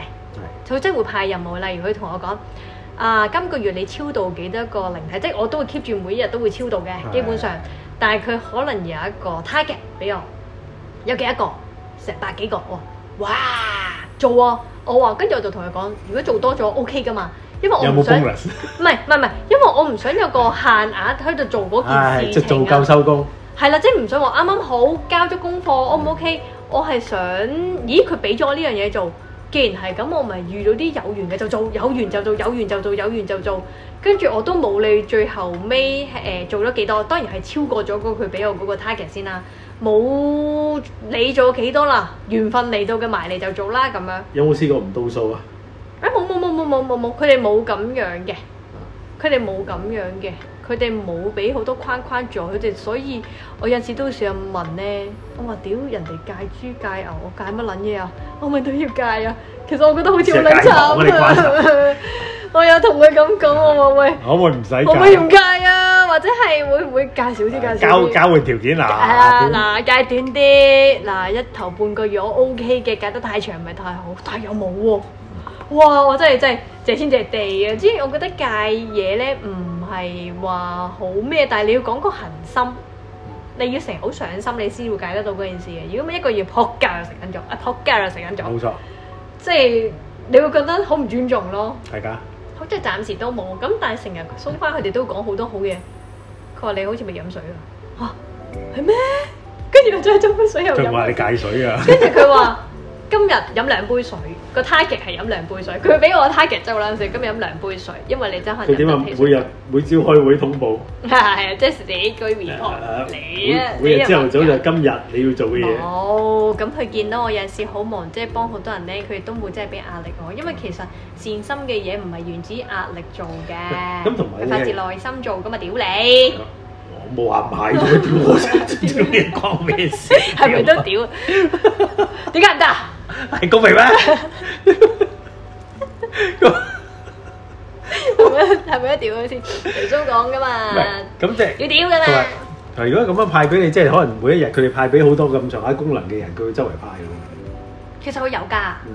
Speaker 1: 係
Speaker 2: 佢真係會派任務。例如佢同我講。啊！今個月你超度幾多個靈體？即係我都會 keep 住每一日都會超度嘅，
Speaker 1: 係
Speaker 2: 基本上。但係佢可能有一個 target 俾我，有幾多個？成百幾個我話哇！做喎、我話跟住我就同佢講，如果做多咗 OK 噶嘛，因為我
Speaker 1: 有
Speaker 2: 唔
Speaker 1: 冇
Speaker 2: 想，唔
Speaker 1: bonus？
Speaker 2: 係唔係唔係，因為我唔想有個限額喺度做嗰
Speaker 1: 唉，
Speaker 2: 件
Speaker 1: 即
Speaker 2: 事
Speaker 1: 係做
Speaker 2: 情啊
Speaker 1: 夠收工。
Speaker 2: 係啦，即係唔想話啱啱好交咗功課，O 唔 OK？我係想，咦佢俾咗我呢樣嘢做，既然係咁，我咪遇到啲有緣嘅就做，有緣就做，有緣就做，有緣就做，跟住我都冇理最後尾誒、呃做咗幾多，當然係超過咗嗰個佢俾我嗰個 target 先啦，冇理咗幾多啦，緣分嚟到嘅埋嚟就做啦咁樣。
Speaker 1: 有冇試過唔到數啊？
Speaker 2: 啊冇冇冇冇冇冇冇，佢哋冇咁樣嘅，佢哋冇咁樣嘅，佢哋冇俾好多框框住我佢哋，所以我有陣時都會成日問咧，我話屌人哋戒豬戒牛，我戒乜撚嘢啊？我咪都要戒啊！其實我覺得好似好
Speaker 1: 成日戒
Speaker 2: 撚
Speaker 1: 牛
Speaker 2: 慘
Speaker 1: 啊你
Speaker 2: 啊！ 我有同佢咁講，我話喂，
Speaker 1: 可唔可以唔使
Speaker 2: 可唔可以
Speaker 1: 教
Speaker 2: 唔？戒啊？或者係會唔會戒少啲戒少
Speaker 1: 交
Speaker 2: 啲？
Speaker 1: 交換條件嗱，
Speaker 2: 係啊，嗱戒短啲，嗱一頭半個月我 OK 嘅，戒得太長咪太好，但係又冇喎。哇！我真係真係謝天謝地啊！即係我覺得戒嘢咧，唔係話好咩，但係你要講個恒心，你要成日好上心，你先會戒得到嗰件事嘅。如果唔係一個月撲街就食緊咗，啊撲街就食緊
Speaker 1: 冇
Speaker 2: 咗，
Speaker 1: 錯，
Speaker 2: 即係你會覺得好唔尊重咯。
Speaker 1: 係㗎。
Speaker 2: 好即係暫時都冇，咁但係成日鬆翻佢哋都講好多好嘢。佢話你好似未飲水啊，嚇係咩？跟住我再斟杯水又
Speaker 1: 佢話你
Speaker 2: 飲。
Speaker 1: 戒水啊！
Speaker 2: 跟住佢話今日飲兩杯水，個 target 係飲兩杯水。佢俾我 target 周兩時，今日飲兩杯水，因為你真係
Speaker 1: 佢點啊？每日每朝開會通報，
Speaker 2: 係啊，即係你居 r
Speaker 1: 誒
Speaker 2: e 你啊，
Speaker 1: 每每日
Speaker 2: 你啊
Speaker 1: 朝頭早
Speaker 2: 話
Speaker 1: 就今日你要做嘅嘢。
Speaker 2: 冇，哦咁佢見到我有陣時好忙，即係幫好多人咧，佢都冇真係俾壓力我，因為其實善心嘅嘢唔係源自於壓力做嘅，
Speaker 1: 咁同埋
Speaker 2: 佢
Speaker 1: 你
Speaker 2: 發
Speaker 1: 係
Speaker 2: 自內心做噶嘛，屌你，
Speaker 1: 我冇話買咗，屌我屌你關咩事？
Speaker 2: 係咪都屌？ 點解唔得啊？
Speaker 1: 係公平咩？
Speaker 2: 係咪都屌佢 先？肥蘇講噶
Speaker 1: 唔
Speaker 2: 嘛，
Speaker 1: 係咁即係
Speaker 2: 要屌噶
Speaker 1: 同埋
Speaker 2: 嘛，
Speaker 1: 同埋如果咁樣派俾你，即係可能每一日佢哋派俾好多咁上下功能嘅人，佢會周圍派喎。
Speaker 2: 其實我有㗎。
Speaker 1: 嗯，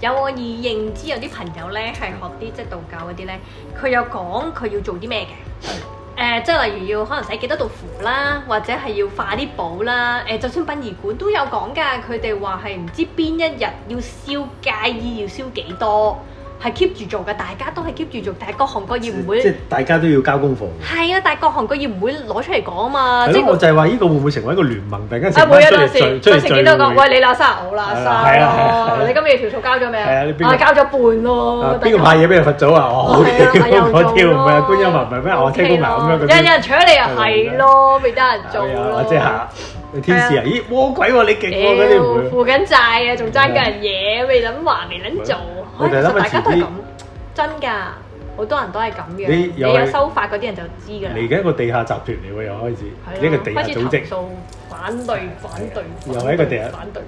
Speaker 2: 有我以認知有啲朋友咧係學啲即係道教嗰啲咧，佢有講佢要做啲咩嘅。
Speaker 1: 係
Speaker 2: 誒、即係例如要可能洗幾多道符啦，或者係要化啲寶啦。誒、就算殯儀館都有講㗎，佢哋話係唔知邊一日要燒戒衣要燒幾多，係 keep 住做㗎。大家都係 keep 住做，但係各行各業唔
Speaker 1: 即係
Speaker 2: 會
Speaker 1: 大家都要交功課嘅。
Speaker 2: 係啊，但係各行各業唔會攞出嚟講啊嘛。
Speaker 1: 係
Speaker 2: 即係
Speaker 1: 咯，我
Speaker 2: 個
Speaker 1: 就係話呢個會唔會成為一個聯盟？突然間
Speaker 2: 啊，
Speaker 1: 成
Speaker 2: 每
Speaker 1: 班
Speaker 2: 一
Speaker 1: 出
Speaker 2: 陣
Speaker 1: 嚟
Speaker 2: 時，
Speaker 1: 聚出
Speaker 2: 嗰
Speaker 1: 嚟
Speaker 2: 時
Speaker 1: 聚
Speaker 2: 見到講，
Speaker 1: 會。
Speaker 2: 喂你垃圾，我垃
Speaker 1: 係啦係啦係
Speaker 2: 圾，
Speaker 1: 啦
Speaker 2: 你今日條數交咗未
Speaker 1: 係啊你邊個
Speaker 2: 啊？交咗半咯，
Speaker 1: 啊邊個派嘢俾你佛祖啊？ 哦，
Speaker 2: 係啊咪又
Speaker 1: 我
Speaker 2: 做
Speaker 1: 跳唔係
Speaker 2: 咯
Speaker 1: 觀音啊，唔係咩？我車公啊咁樣嗰
Speaker 2: 有
Speaker 1: 啲。
Speaker 2: 人有人搶你啊，
Speaker 1: 係
Speaker 2: 係
Speaker 1: 啦
Speaker 2: 咯，未得人做
Speaker 1: 係啊，
Speaker 2: 咯。
Speaker 1: 或者嚇你天使啊？咦，魔鬼喎，你勁喎，嗰啲唔會
Speaker 2: 屌，。負緊債啊，仲爭緊人嘢，未諗還，未諗做。
Speaker 1: 我
Speaker 2: 其
Speaker 1: 哋
Speaker 2: 實
Speaker 1: 諗下
Speaker 2: 大家都係
Speaker 1: 遲啲
Speaker 2: 咁，真㗎，好多人都係咁嘅。
Speaker 1: 你
Speaker 2: 你
Speaker 1: 又
Speaker 2: 有
Speaker 1: 係
Speaker 2: 修法嗰啲人就知㗎啦。啊
Speaker 1: 嚟緊一個地下集團嚟喎，又開始一個地下組
Speaker 2: 開始
Speaker 1: 織，
Speaker 2: 投訴，反對，反對，
Speaker 1: 又係一個地下
Speaker 2: 反對。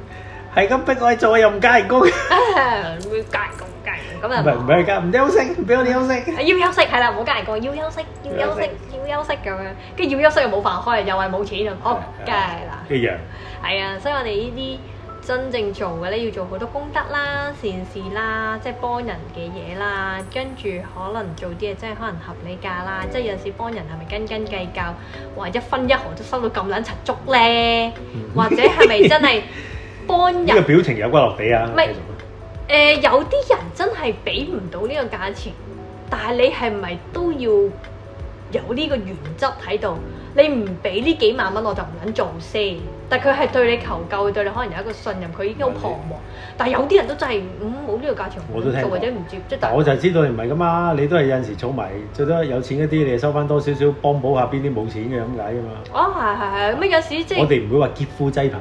Speaker 1: 係咁逼我去做，又唔加人工。
Speaker 2: 啊會戒咁戒咁咁
Speaker 1: 唔
Speaker 2: 啊
Speaker 1: 係唔係㗎，唔休息，俾我哋休息。
Speaker 2: 要休息係啦，唔好隔人講要休息，要休息，要休息咁樣，跟住要休息又冇飯開，又係冇錢啊，仆街啦！
Speaker 1: 一樣，
Speaker 2: 係啊，所以我哋呢啲真正做嘅咧，要做好多功德啦、善事啦，即係幫人嘅嘢啦，跟住可能做啲嘢，即係可能合理價啦，即係有陣時幫人係咪斤斤計較，話一分一毫都收到咁撚柒足咧，或者係咪真係幫人？
Speaker 1: 呢個表情有骨落地啊！
Speaker 2: 唔係
Speaker 1: 繼續
Speaker 2: 誒、有啲人真係俾唔到呢個價錢，但係你係咪都要有呢個原則喺度？你唔俾呢幾萬蚊，我就唔撚做先。但佢係對你求救，對你可能有一個信任，佢已經好彷徨。但係有啲人都真係嗯冇呢個價錢，
Speaker 1: 我都聽過
Speaker 2: 做或者唔接，即係但
Speaker 1: 但我就知道你唔係咁啊，你都係有陣時儲埋，最多有錢一啲，你收翻多少少幫補下邊啲冇錢嘅咁解㗎嘛。
Speaker 2: 哦係係係，咩有時即
Speaker 1: 我
Speaker 2: 係
Speaker 1: 哋唔會話劫富濟貧，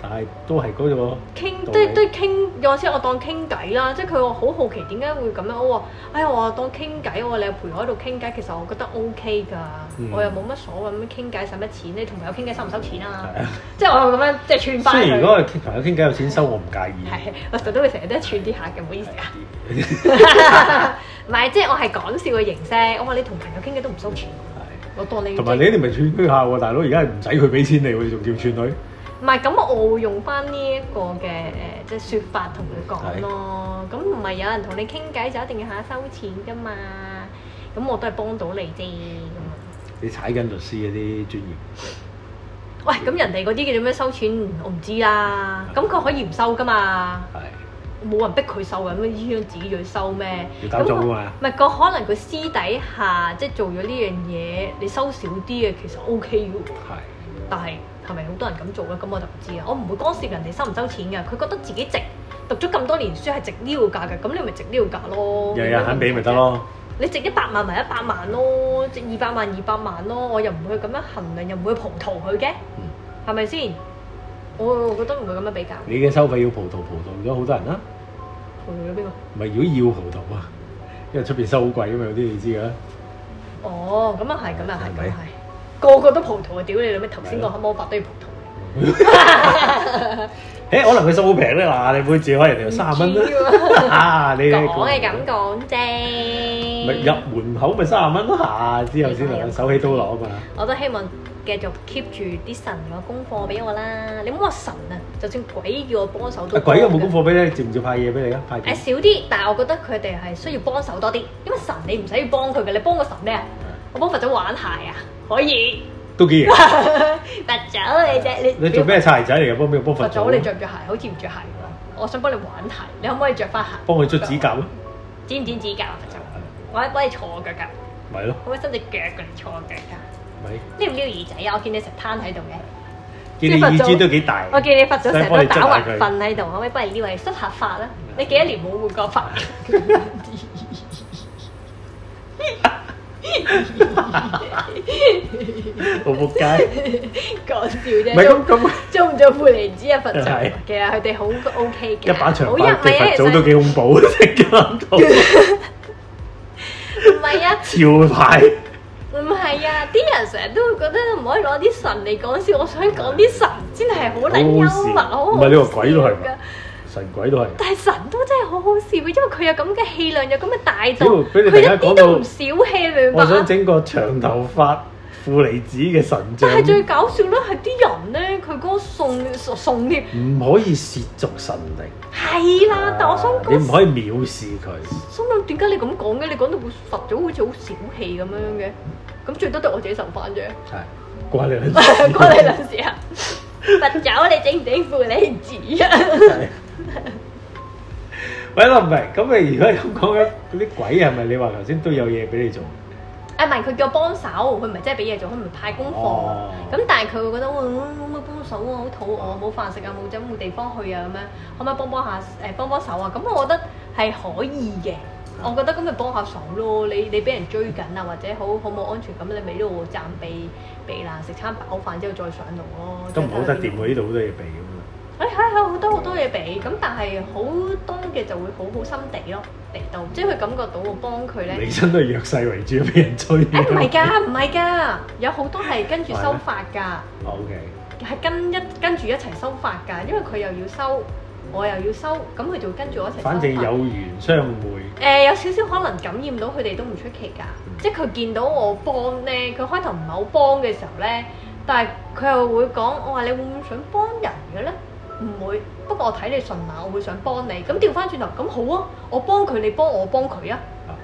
Speaker 1: 但係都係嗰個
Speaker 2: 傾
Speaker 1: 道
Speaker 2: 都
Speaker 1: 理
Speaker 2: 都傾，有時我當傾偈啦，即係佢話好好奇點解會咁樣，我話哎呀我話當傾偈，我話你又陪我喺度傾偈，其實我覺得 O K 㗎，
Speaker 1: 嗯
Speaker 2: 我又冇乜所謂咁樣傾偈使乜錢，你同朋友傾偈收唔收錢啊？
Speaker 1: 係啊。
Speaker 2: 即係我咁樣即係串翻
Speaker 1: 雖然如
Speaker 2: 佢。
Speaker 1: 果係朋友傾偈有錢收，我唔介意。
Speaker 2: 係，我成日都會成日都串啲客嘅，唔好意思啊。
Speaker 1: 係
Speaker 2: 唔係，即係我係講笑嘅形式。我話你同朋友傾偈都唔收錢，我當你
Speaker 1: 同埋你呢啲咪串佢下喎，大佬而家係唔使佢俾錢你喎，你仲叫串佢？
Speaker 2: 唔係，咁我會用翻呢一個嘅誒、呃即係説法同佢講咯。咁唔係有人同你傾偈就一定要下收錢噶嘛。咁我都係幫到你啫。咁
Speaker 1: 你踩緊律師嗰啲專業，
Speaker 2: 啊喂，咁人哋嗰啲叫做咩收錢，我唔知啦。咁佢可以唔收噶嘛？
Speaker 1: 係
Speaker 2: 冇人逼佢收嘅，咁呢張紙要收咩？
Speaker 1: 要啊搞做㗎
Speaker 2: 咁
Speaker 1: 嘛？
Speaker 2: 唔係個可能佢私底下即係做咗呢樣嘢，你收少啲嘅其實 O K 嘅喎。
Speaker 1: 係
Speaker 2: 但係係咪好多人咁做咧？咁我就唔知啊！我唔會干涉人哋收唔收錢嘅，佢覺得自己值，讀咗咁多年書係值呢個價嘅，咁你咪值呢個價咯。
Speaker 1: 日日肯俾咪得。咯。
Speaker 2: 你值一百萬咪一百萬咯，值二百萬二百萬咯，我又唔會咁樣衡量，又唔會葡萄佢嘅
Speaker 1: 嗯，
Speaker 2: 係咪先？我覺得唔會咁樣比較。
Speaker 1: 你嘅收費要葡萄葡萄咗好多人啦，
Speaker 2: 葡萄咗邊個？
Speaker 1: 唔係如果要葡萄啊，因為出邊收好貴㗎嘛，有啲你知㗎啦。
Speaker 2: 哦，咁啊係，咁啊
Speaker 1: 係
Speaker 2: 係，
Speaker 1: 咪
Speaker 2: 咁啊係，個個都葡萄啊！屌你老味，頭先講黑魔法都要葡萄嘅。
Speaker 1: 誒，可能佢收好平咧，嗱，你每次可能人哋三十蚊啦。 啊！你
Speaker 2: 講係咁講啫。
Speaker 1: 咪入門口咪三十蚊咯下，之後先能手起刀落啊 嘛。
Speaker 2: 我都希望繼續 keep 住啲神嘅功課俾我啦。你唔好話神啊，就算鬼叫我幫手都
Speaker 1: 啊鬼有冇功
Speaker 2: 幫
Speaker 1: 課俾你？照唔照派嘢俾你啊？派
Speaker 2: 嘅誒
Speaker 1: 片
Speaker 2: 少啲，但係我覺得佢哋係需要幫手多啲，因為神你唔使要幫佢嘅，你幫個神咩啊？我幫佛祖玩鞋啊，可以。
Speaker 1: 都幾型。
Speaker 2: 佛祖你啫，你
Speaker 1: 你做咩柴仔嚟嘅？幫邊個幫
Speaker 2: 佛
Speaker 1: 佛祖？
Speaker 2: 祖你着唔着鞋？好似唔着鞋喎。我想幫你玩鞋，你可唔可以着翻鞋？
Speaker 1: 幫佢捽指甲咯，
Speaker 2: 剪唔剪指甲啊？佛祖，我可以幫你坐我腳噶，
Speaker 1: 咪咯，
Speaker 2: 可唔可以伸只腳過嚟坐我腳噶？
Speaker 1: 咪。
Speaker 2: 撩唔撩耳仔啊？我見你成攤喺度嘅。
Speaker 1: 見你耳珠都幾大。
Speaker 2: 我見你佛祖成日都打
Speaker 1: 想幫你捽
Speaker 2: 橫
Speaker 1: 下
Speaker 2: 瞓喺度，可唔可以幫你撩下梳下髮啦？你幾多年冇換過 髮？
Speaker 1: 好仆街。
Speaker 2: 講笑
Speaker 1: 唔係
Speaker 2: 啫，
Speaker 1: 咁咁，
Speaker 2: 做唔做陪你唔知啊佛祖
Speaker 1: 係。
Speaker 2: 其實佢哋好 OK dạ, 嘅，
Speaker 1: 一把長
Speaker 2: 好啊
Speaker 1: 把
Speaker 2: 入
Speaker 1: 嘅佛祖
Speaker 2: 其
Speaker 1: 都
Speaker 2: 實
Speaker 1: 幾恐怖，成間度
Speaker 2: 唔係啊，
Speaker 1: 潮牌。
Speaker 2: 唔係啊，啲人成日都會覺得唔可以攞啲神嚟講笑，我想講啲神真係好撚幽默，好
Speaker 1: 好好
Speaker 2: 好
Speaker 1: 笑唔係你話鬼都係
Speaker 2: 笑㗎
Speaker 1: 神鬼都係。
Speaker 2: 但係神都真係好好笑嘅，因為佢有咁嘅氣量，有咁嘅大
Speaker 1: 屌
Speaker 2: 度，
Speaker 1: 俾你
Speaker 2: 佢一
Speaker 1: 突然間
Speaker 2: 啲都
Speaker 1: 講到
Speaker 2: 唔小氣，你明白啊
Speaker 1: 我想
Speaker 2: 嗎？
Speaker 1: 整個長頭髮負離子嘅神像
Speaker 2: 但。係最搞笑咧，係啲人咧，佢嗰個送送添，
Speaker 1: 唔可以褻瀆神靈。
Speaker 2: 係啦。但我想講，
Speaker 1: 啊你唔可以藐視佢。
Speaker 2: 心諗點解你咁講嘅？你講到個佛祖好似好小氣咁樣嘅，咁最多得我自己受反 啫，
Speaker 1: 係，關你兩事。
Speaker 2: 關你兩事啊！ 佛祖，你整唔整副你唔知啊？
Speaker 1: 係喂，林明，咁你如果咁講緊嗰啲鬼係咪？你話頭先都有嘢俾你做，
Speaker 2: 啊，唔係佢叫我幫手，佢唔係真係俾嘢做，佢唔係派功課。
Speaker 1: 哦
Speaker 2: 咁、但係佢會覺得，喂，嗯可唔可以幫手啊？好肚餓，冇飯食啊，冇冇地方去啊，咁樣可唔可以幫幫下誒幫幫手啊？咁我覺得係可以嘅。
Speaker 1: 啊
Speaker 2: 我覺得咁咪幫下手咯，你你俾人追緊啊，或者好好冇安全感，你咪呢度暫避避啦，食餐飽飯之後再上路咯。
Speaker 1: 都唔好得掂喎。
Speaker 2: 誒
Speaker 1: 呢度好多嘢避咁
Speaker 2: 係係好多好多嘢俾，咁但係好多嘅就會好好心地咯，嚟到即係佢感覺到我幫佢咧
Speaker 1: 樣。。你真都係弱勢為主，俾人 追。
Speaker 2: 誒，Oh 唔係㗎，唔係㗎，有好多係跟住收法㗎，
Speaker 1: O K，
Speaker 2: 係跟一跟住一齊收法㗎，因為佢又要收我又要收，咁佢就會跟住我一齊收
Speaker 1: 反正
Speaker 2: 費
Speaker 1: 有緣相會，
Speaker 2: 誒、有少少可能感染到佢哋都唔出奇㗎，
Speaker 1: 嗯
Speaker 2: 即係佢見到我幫咧，佢開頭唔係好幫嘅時候咧，但係佢又會講：我話你會唔會想幫人嘅咧？唔會，不過我睇你順眼，我會想幫你。咁調翻轉頭，咁好啊，我幫佢，你幫我，我幫佢啊，
Speaker 1: Ờ.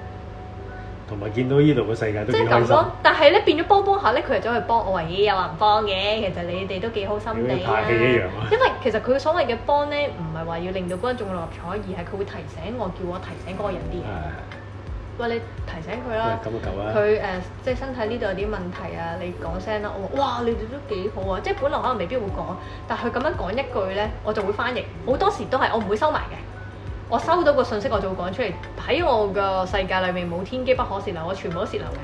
Speaker 1: 同埋見到呢度嘅世界都
Speaker 2: 即
Speaker 1: 幾
Speaker 2: 係
Speaker 1: 開
Speaker 2: 咁
Speaker 1: 心。
Speaker 2: 咯。但係咧變咗幫幫下咧，佢又走去幫我，話咦又話唔幫嘅，其實你哋都幾好心
Speaker 1: 你
Speaker 2: 地
Speaker 1: 咩
Speaker 2: 啊
Speaker 1: 拍。戲一樣啊？
Speaker 2: 因為其實佢所謂嘅幫咧，唔係話要令到嗰個人中六合彩，而係佢會提醒我，叫我提醒嗰個人啲嘢。
Speaker 1: À,
Speaker 2: 喂，你提醒佢啦
Speaker 1: 啊係。咁就夠啦。
Speaker 2: 佢誒、呃即係身體呢度有啲問題啊，你講聲啦。我話哇，你哋都幾好啊！即係本來可能未必會講，但係佢咁樣講一句咧，我就會翻譯。好多時都係我唔會收埋嘅，我收到個信息我就會講出嚟。喺我個世界裏面冇天機不可泄漏，我全部都泄漏嘅，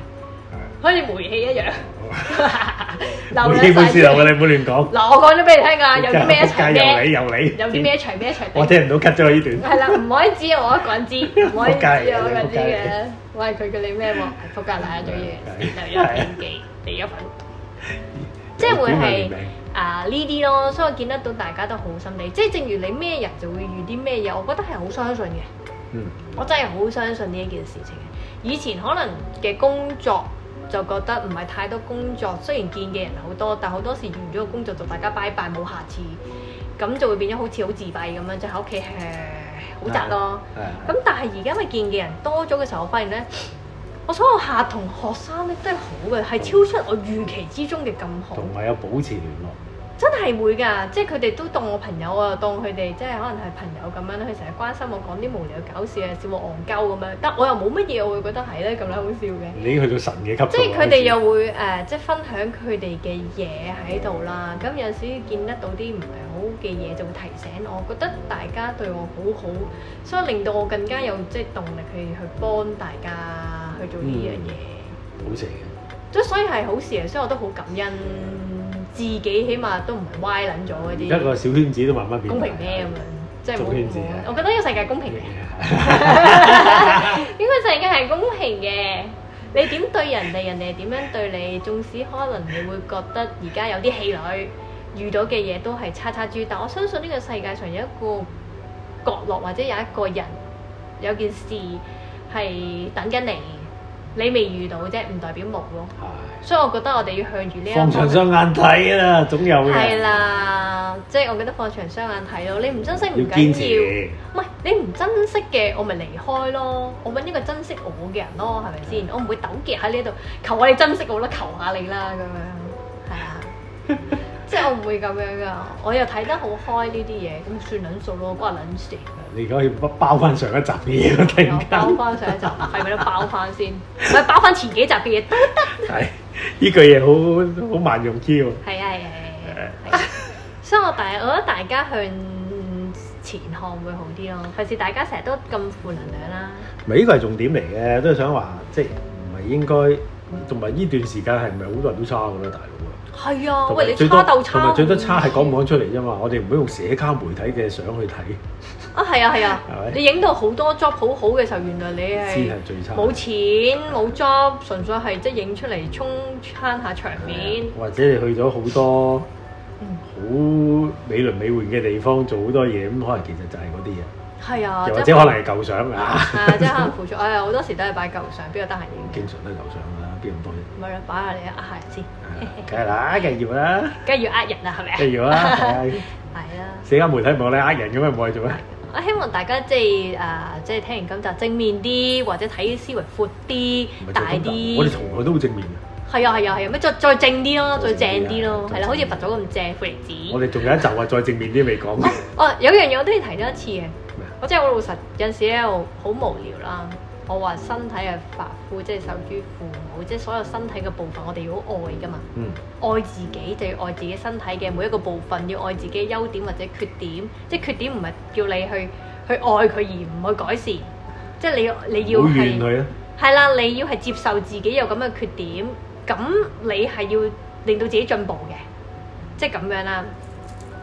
Speaker 2: 好似煤氣一樣，
Speaker 1: 係
Speaker 2: 漏
Speaker 1: 冇
Speaker 2: 兩
Speaker 1: 基本
Speaker 2: 曬
Speaker 1: 事
Speaker 2: 出
Speaker 1: 流
Speaker 2: 嚟。
Speaker 1: 嘅，你唔好亂講。
Speaker 2: 嗱，我講咗俾你聽㗎，有啲咩一齊
Speaker 1: 仆街
Speaker 2: 咩，
Speaker 1: 又你又你。
Speaker 2: 有啲咩一齊咩一齊
Speaker 1: 我聽唔到 cut 咗呢段。
Speaker 2: 係啦，唔可以知我一個人知，唔可以
Speaker 1: 仆街
Speaker 2: 知
Speaker 1: 嚟
Speaker 2: 我一個人知
Speaker 1: 仆街
Speaker 2: 嘅。喂，佢叫你咩喎？係仆街奶咗嘢，又有年紀，你一份。即係會
Speaker 1: 點啊
Speaker 2: 係
Speaker 1: 連名
Speaker 2: 啊呢啲咯，所以我見得到大家都好心地，即係正如你咩人就會遇啲咩嘢，我覺得係好相信嘅。
Speaker 1: 嗯，
Speaker 2: 我真係好相信呢一件事情嘅。以前可能嘅工作就覺得唔係太多工作，雖然見嘅人好多，但好多時完咗個工作就大家拜拜冇下次，咁就會變咗好似好自閉咁樣，就喺屋企好
Speaker 1: À.
Speaker 2: 宅咯。
Speaker 1: 係啊
Speaker 2: 咁但係而家咪見嘅人多咗嘅時候，我發現咧，我所有客同學生咧都係好嘅，係超出我預期之中嘅咁好，
Speaker 1: 同埋有保持聯絡，
Speaker 2: 真係會㗎，即係佢哋都當我朋友啊，當佢哋即係可能係朋友咁樣啦，佢成日關心我講啲無聊搞事啊，笑我戇鳩咁樣，但我又冇乜嘢，我會覺得係咧咁樣好笑嘅。
Speaker 1: 你去到神嘅
Speaker 2: 即
Speaker 1: 級數啊。
Speaker 2: 係佢哋又會誒、即係分享佢哋嘅嘢喺度啦。咁有時見得到啲唔係好嘅嘢，就會提醒我。覺得大家對我好好，所以令到我更加有即係動力去去幫大家去做呢樣嘢。
Speaker 1: 保持嘅，
Speaker 2: 即係所以係好事啊嚟，所以我都好感恩自己，起碼都唔係歪撚咗嗰
Speaker 1: 而家個
Speaker 2: 啲
Speaker 1: 小圈子都慢慢變大
Speaker 2: 公
Speaker 1: 啊
Speaker 2: 平啊咩咁樣，即係冇
Speaker 1: 做圈子
Speaker 2: 冇
Speaker 1: 啊
Speaker 2: 我覺得呢個世界公平 嘅。應該世界係公平嘅。你點對人哋，人哋係點樣對你，縱使可能你會覺得而家有啲氣餒，遇到嘅嘢都係叉叉豬，但我相信呢個世界上有一個角落或者有一個人有件事係等緊你，你未遇到啫，唔代表冇咯。所以我覺得我哋要向住呢一
Speaker 1: 係
Speaker 2: 方
Speaker 1: 放
Speaker 2: 向
Speaker 1: 長雙眼睇啦，總有嘅。
Speaker 2: 係，啦，即係我覺得放長雙眼睇咯，你唔珍惜
Speaker 1: 要
Speaker 2: 唔
Speaker 1: 堅
Speaker 2: 緊要
Speaker 1: 持。。
Speaker 2: 唔係你唔珍惜嘅，我咪離開咯。我揾一個珍惜我嘅人咯，係咪先？我唔會糾結喺呢度，求下你珍惜我啦，求下你啦咁樣，係啊。即係我唔會咁樣噶，我又睇得好開呢啲嘢，咁算撚數咯，關我撚事。
Speaker 1: 你而家可以包包翻上一集嘅嘢啦，突然
Speaker 2: 我包
Speaker 1: 間
Speaker 2: 翻上一集，係咪都包翻先？唔係包翻前幾集嘅嘢得。
Speaker 1: 係呢句嘢好好萬用 Q 喎。
Speaker 2: 係啊係啊係啊係啊！所以我大，我覺得大家向前看會好啲咯，費事大家成日都咁負能量啦。
Speaker 1: 咪呢個係重點嚟嘅，都係想話即係唔係應該，同埋呢段時間係咪好多人都差嘅咧，大佬啊？
Speaker 2: 係啊，
Speaker 1: 同
Speaker 2: 喂，
Speaker 1: 埋
Speaker 2: 你
Speaker 1: 最多
Speaker 2: 差鬥
Speaker 1: 同
Speaker 2: 差，
Speaker 1: 埋最多差係講唔講出嚟啫嘛，我哋唔好用社交媒體嘅相去睇，
Speaker 2: 啊，係啊係啊
Speaker 1: 係咪，
Speaker 2: 你影到好多 job 好好嘅時候，原來你
Speaker 1: 先
Speaker 2: 係
Speaker 1: 係最差。
Speaker 2: 冇錢冇 job，純粹係即係影出嚟充撐下場面。
Speaker 1: 或者你去咗好多
Speaker 2: 嗯
Speaker 1: 好美輪美奐嘅地方做好多嘢，咁可能其實就係嗰啲嘢，
Speaker 2: 係啊，
Speaker 1: 又
Speaker 2: 即
Speaker 1: 或
Speaker 2: 係
Speaker 1: 者可能係 舊相啊，
Speaker 2: 係啊，即係可能付出。哎呀，好多時都係擺舊相，邊個得閒影？
Speaker 1: 經常都係舊相啦，邊咁多嘢？
Speaker 2: 唔係啦，擺下你呃下人先，
Speaker 1: 啊梗係啦，梗係要啦，
Speaker 2: 梗係要呃人啦，係咪啊？
Speaker 1: 梗係要啦，係
Speaker 2: 係啦。
Speaker 1: 社交媒體唔係我哋呃人嘅咩？唔係做咩？
Speaker 2: 我希望大家即係誒、啊即係聽完今集正面啲，或者睇思維闊啲
Speaker 1: 唔、係做
Speaker 2: 大
Speaker 1: 咁大我哋
Speaker 2: 啲。
Speaker 1: 同學都好正面嘅，
Speaker 2: 係啊係啊係啊，咩再再正啲咯，再
Speaker 1: 再正
Speaker 2: 正
Speaker 1: 啲啊
Speaker 2: 啲咯，
Speaker 1: 再
Speaker 2: 係啦，好似
Speaker 1: 正啲
Speaker 2: 佛祖咁正負離子
Speaker 1: 我。哋仲有一集話再正面啲未講嘅，
Speaker 2: 哦，有樣嘢我都要提多一次嘅
Speaker 1: 咩啊，
Speaker 2: 我真係好老實，有陣時咧我好無聊啦。我話身體係髮膚，即係受諸父母，即係所有身體嘅部分，我哋要好愛噶嘛。
Speaker 1: 嗯，
Speaker 2: 愛自己就要愛自己身體嘅每一個部分，要愛自己優點或者缺點。即係缺點唔係叫你去去愛佢而唔去改善，即係你要你要
Speaker 1: 好怨
Speaker 2: 係
Speaker 1: 佢啊，
Speaker 2: 係啦，你要係接受自己有咁嘅缺點，咁你係要令到自己進步嘅，即係咁樣啦。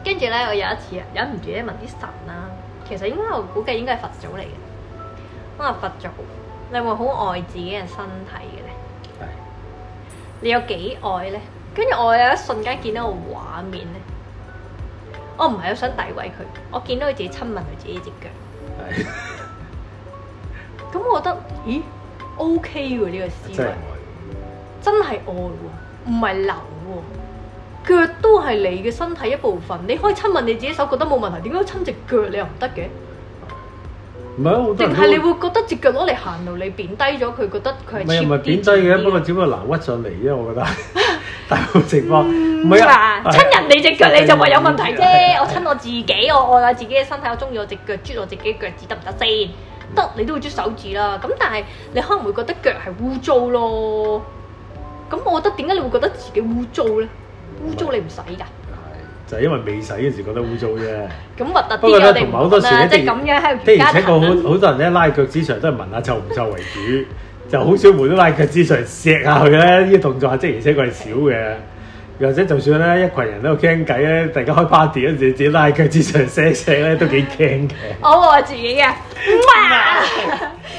Speaker 2: 跟住咧，我有一次啊，忍唔住咧問啲神啦，其實應該我估計應該係佛祖嚟嘅。我話佛祖，你會好愛自己嘅身體嘅咧？
Speaker 1: 係
Speaker 2: 你有幾愛呢？跟住我有一瞬間見到個畫面呢，我唔係我想詆毀佢，我見到佢自己親吻佢自己只腳，
Speaker 1: 係
Speaker 2: 咁我覺得咦 OK 喎呢個思
Speaker 1: 真係
Speaker 2: 維
Speaker 1: 愛，。
Speaker 2: 真係愛喎，唔係流喎。腳都係你嘅身體一部分，你可以親吻你自己手覺得冇問題，點解親只腳你又唔得嘅？
Speaker 1: 唔係啊，好多
Speaker 2: 定
Speaker 1: 人
Speaker 2: 係你
Speaker 1: 都
Speaker 2: 會覺得只腳攞嚟行路，你貶低咗佢，覺得佢係
Speaker 1: 唔係
Speaker 2: cheap
Speaker 1: 唔係貶
Speaker 2: 啲
Speaker 1: 低
Speaker 2: 賤
Speaker 1: 嘅，
Speaker 2: 啲
Speaker 1: 不過只不過難屈上嚟啫，我覺得 大部分情況
Speaker 2: 嗯
Speaker 1: 唔係啊
Speaker 2: 嗱，，
Speaker 1: 係
Speaker 2: 親人你只腳你就話有問題啫
Speaker 1: 係，
Speaker 2: 我親我自己，我愛我自己嘅身體，我中意我只腳，啜我自己腳趾得唔得先？得你都會啜手指啦，咁但係你可能會覺得腳係污糟咯。咁我覺得點解你會覺得自己污糟咧？污糟你唔使㗎，
Speaker 1: 係就係因為未洗嗰時覺得污糟啫。
Speaker 2: 咁核突
Speaker 1: 不
Speaker 2: 啲
Speaker 1: 過咧
Speaker 2: 我哋
Speaker 1: 同
Speaker 2: 唔
Speaker 1: 埋好多
Speaker 2: 講
Speaker 1: 時
Speaker 2: 啦，
Speaker 1: 咧
Speaker 2: 即係咁樣喺度
Speaker 1: 的
Speaker 2: 瑜
Speaker 1: 而
Speaker 2: 伽
Speaker 1: 且確
Speaker 2: 藤
Speaker 1: 好好多人咧拉腳趾上都係聞下臭唔臭為主，就好少每都拉腳趾上錫下佢咧。呢啲動作啊，的而且確係少嘅。又或者就算咧一群人喺度傾偈咧，大家開 party 嗰陣時，自己拉腳趾上錫錫咧，都幾驚 嘅。
Speaker 2: 我愛自己嘅，哇！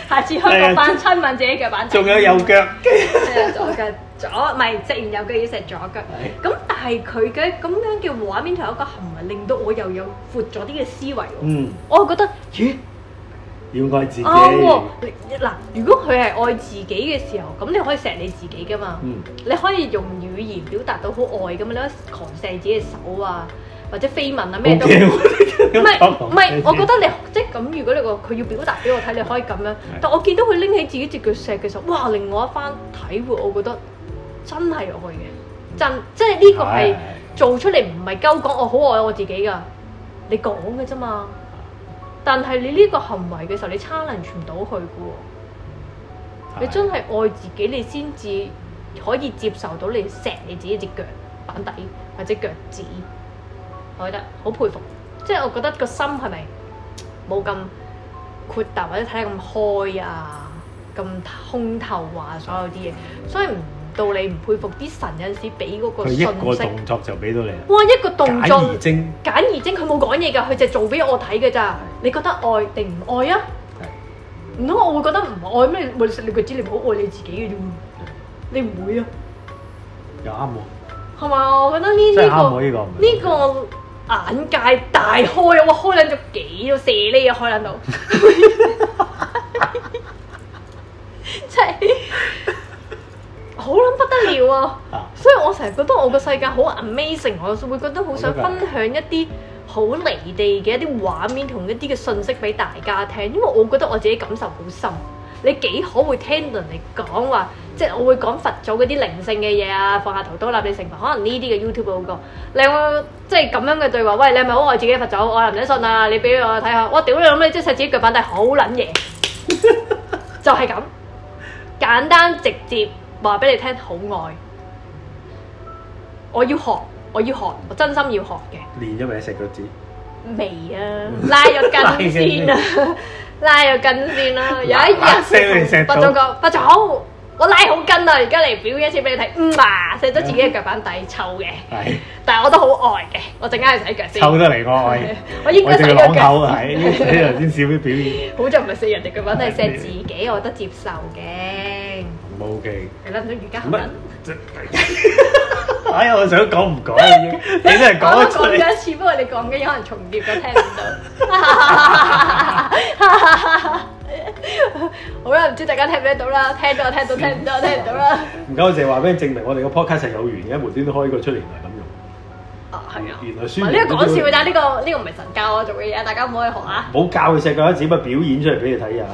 Speaker 2: 下次開個班親吻自己嘅板仔，
Speaker 1: 仲有右腳，
Speaker 2: 係啊左腳左，唔係食完右腳要食左腳。咁但係佢嘅咁樣嘅畫面同有一個行為，令到我又有闊咗啲嘅思維喎。
Speaker 1: 嗯，
Speaker 2: 我又覺得
Speaker 1: 咦，要愛自己，
Speaker 2: 啱喎，你嗱，如果佢係愛自己嘅時候，咁你可以錫你自己噶嘛，
Speaker 1: 嗯，
Speaker 2: 你可以用語言表達到好愛咁嘛，你可以狂錫自己嘅手啊，或者飛吻啊，
Speaker 1: 好
Speaker 2: 咩都。
Speaker 1: 驚
Speaker 2: 唔係
Speaker 1: 喎，
Speaker 2: 唔係，我覺得你即係咁。如果你個佢要表達俾我睇，你可以咁樣。但我見到佢拎起自己隻腳錫嘅時候，哇！另外一番體會，我覺得真係愛嘅，真即係呢個係做出嚟唔係鳩講我好愛我自己㗎，你講嘅啫嘛。但係你呢個行為嘅時候，你 challenge 唔到佢嘅喎，你真係愛自己，你先至可以接受到你錫你自己隻腳板底或者腳趾，我覺得好佩服。即係我覺得個心係咪冇咁豁達或者睇得咁開啊，咁通透啊，所有啲嘢，所以唔到你唔佩服啲神有陣時俾嗰個
Speaker 1: 佢
Speaker 2: 信
Speaker 1: 一個
Speaker 2: 息。
Speaker 1: 動作就俾到你啦，
Speaker 2: 哇！一個動
Speaker 1: 簡
Speaker 2: 作
Speaker 1: 而精。
Speaker 2: 簡而精，佢冇講嘢㗎，佢就做俾我睇㗎咋。你覺得愛定唔愛啊？唔通我會覺得唔愛咩？你食你腳趾，你唔好愛你自己嘅啫喎。你唔會啊？
Speaker 1: 又啱喎，
Speaker 2: 係嘛？我覺得呢
Speaker 1: 真係
Speaker 2: 呢
Speaker 1: 啱
Speaker 2: 個
Speaker 1: 喎呢個唔係
Speaker 2: 呢個眼界大開啊！哇，開撚咗幾多射呢啊？ 開撚到， 真係好撚不得了啊！
Speaker 1: 啊，
Speaker 2: 所以我成日覺得我個世界好 amazing，我會覺得好想分享一啲好離地嘅一啲畫面同一啲嘅信息俾大家聽，因為我覺得我自己感受好深。你幾可會聽人哋講話，即係我會講佛祖嗰啲靈性嘅嘢啊，放下屠刀立地成佛，可能呢啲嘅 YouTube 好過。你有冇即係咁樣嘅對話？喂，你係咪好愛自己佛祖？我係唔使信啊！你俾我睇下，我屌你諗你即係錫自己腳板底好撚 嘢，就係咁簡單直接話俾你聽，好愛。我要學，我要學，我真心要學嘅。
Speaker 1: 練咗未？食腳趾，
Speaker 2: 未啊，拉 咗筋先啊，拉咗筋先啦。有一
Speaker 1: 嗱聲你
Speaker 2: 日，
Speaker 1: 錫
Speaker 2: 拔
Speaker 1: 到
Speaker 2: 咗個拔咗，我拉好筋啦，而家嚟表演一次俾你睇。嗯啊，錫咗自己嘅腳板底，臭嘅，
Speaker 1: 係
Speaker 2: 但係我都好愛嘅。我陣間去洗腳先。
Speaker 1: 臭得嚟我愛，
Speaker 2: 我應
Speaker 1: 我
Speaker 2: 該洗
Speaker 1: 淨係
Speaker 2: 腳
Speaker 1: 朗
Speaker 2: 嘅。
Speaker 1: 口係呢啲頭先少啲表現，
Speaker 2: 好在唔係錫人哋腳板底，錫自 己，我覺得接受嘅。
Speaker 1: 冇 OK。
Speaker 2: 你諗唔諗瑜伽
Speaker 1: 乜？哎呀，我想講唔講已經，你真係講
Speaker 2: 我
Speaker 1: 得
Speaker 2: 都
Speaker 1: 出
Speaker 2: 講
Speaker 1: 嚟。
Speaker 2: 咗一次，不過你講嘅有可能重疊咗，聽唔到。 好啦，唔知大家聽唔聽得到啦？聽到就啊聽到，聽唔到就聽唔到啦。
Speaker 1: 唔該，我淨係話俾你證明我哋個 podcast 係有緣嘅，無端端開個出嚟原來咁用，
Speaker 2: 啊，係啊。
Speaker 1: 原來
Speaker 2: 唔
Speaker 1: 書
Speaker 2: 係呢個講笑嘅啫，呢個呢個唔係神教我做嘅嘢，大家唔可以學啊。
Speaker 1: 冇教佢錫腳趾，只不過表演出嚟俾你睇啊！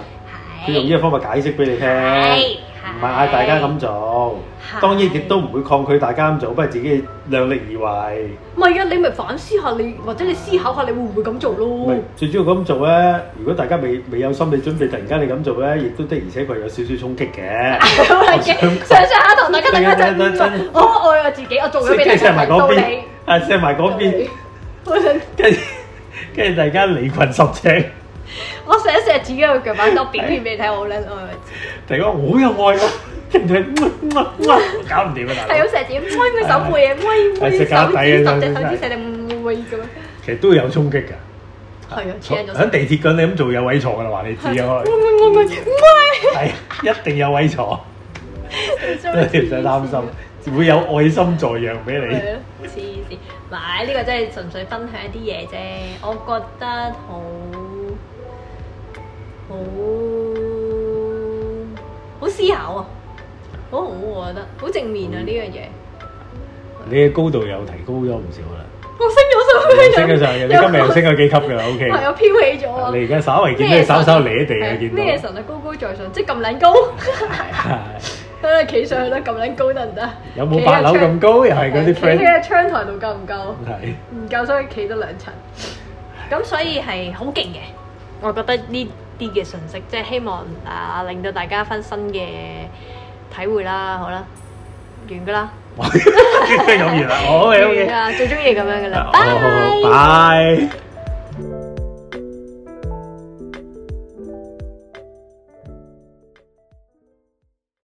Speaker 1: 佢用呢個方法解釋俾你聽，唔係嗌大家咁做。當然亦都唔會抗拒大家咁做，不過自己量力而為。
Speaker 2: 唔係啊，你咪反思下你，或者你思考下你會唔會咁做
Speaker 1: 唔
Speaker 2: 咯
Speaker 1: 係？最主要咁做咧，如果大家未未有心理準備，突然間你咁做咧，亦都的而且確有少少衝擊嘅。
Speaker 2: 好啦嘅，上上下同大家大家就
Speaker 1: 真真真
Speaker 2: 我愛哦我自己， 我做咗俾大家
Speaker 1: 埋
Speaker 2: 睇到
Speaker 1: 嗰
Speaker 2: 你
Speaker 1: 邊，。啊錫埋 嗰邊，
Speaker 2: 到你好啦
Speaker 1: 跟住跟住大家離群十尺，
Speaker 2: 我寫寫自己嘅腳板，我表現俾你睇，我好撚愛我自己。
Speaker 1: 突然間好有愛喎，跟住搞唔掂啊大
Speaker 2: 係
Speaker 1: 佬
Speaker 2: 好！成日自己摸摸手背嘅，摸摸手指十隻手指成隻會咁樣。
Speaker 1: 其實都有衝擊㗎。
Speaker 2: 係啊，黐緊咗
Speaker 1: 喺地鐵嗰陣你咁做有位坐㗎啦，話你知啊，
Speaker 2: 喂喂喂喂
Speaker 1: 係一定有位坐，
Speaker 2: 喂！
Speaker 1: 你唔使擔心，會有愛心助養俾你。
Speaker 2: 係咯黐線，唔係呢個真係純粹分享一啲嘢啫，我覺得好好好思考啊，好好我覺得，好正面啊呢樣嘢。
Speaker 1: 你嘅高度又提高咗唔少啦，
Speaker 2: 我升咗
Speaker 1: 你
Speaker 2: 上
Speaker 1: 又
Speaker 2: 去，
Speaker 1: 升咗上去，你今日又升咗幾級㗎啦
Speaker 2: 係
Speaker 1: ？OK，
Speaker 2: 又飄起咗啊！
Speaker 1: 你而家稍微見到
Speaker 2: 咩
Speaker 1: 你
Speaker 2: 神
Speaker 1: 稍稍離一地啊，
Speaker 2: 係
Speaker 1: 見
Speaker 2: 咩
Speaker 1: 到
Speaker 2: 神啊？高高在上，即係咁撚 高，
Speaker 1: 係
Speaker 2: 得啦，企上去啦，咁撚高得唔得？
Speaker 1: 有冇八樓咁高？又係嗰啲
Speaker 2: 企喺
Speaker 1: friend
Speaker 2: 個窗台度夠唔夠？
Speaker 1: 係
Speaker 2: 唔夠，所以企得兩層。咁所以係好勁嘅，我覺得呢啲嘅信息，即係希望啊令到大家分新嘅體會啦，好啦，完噶啦，
Speaker 1: 哇，飲完啦，好嘅，好
Speaker 2: 完
Speaker 1: 嘅，Ờ,
Speaker 2: 啦，最中意咁樣噶啦，
Speaker 1: 好好好，拜。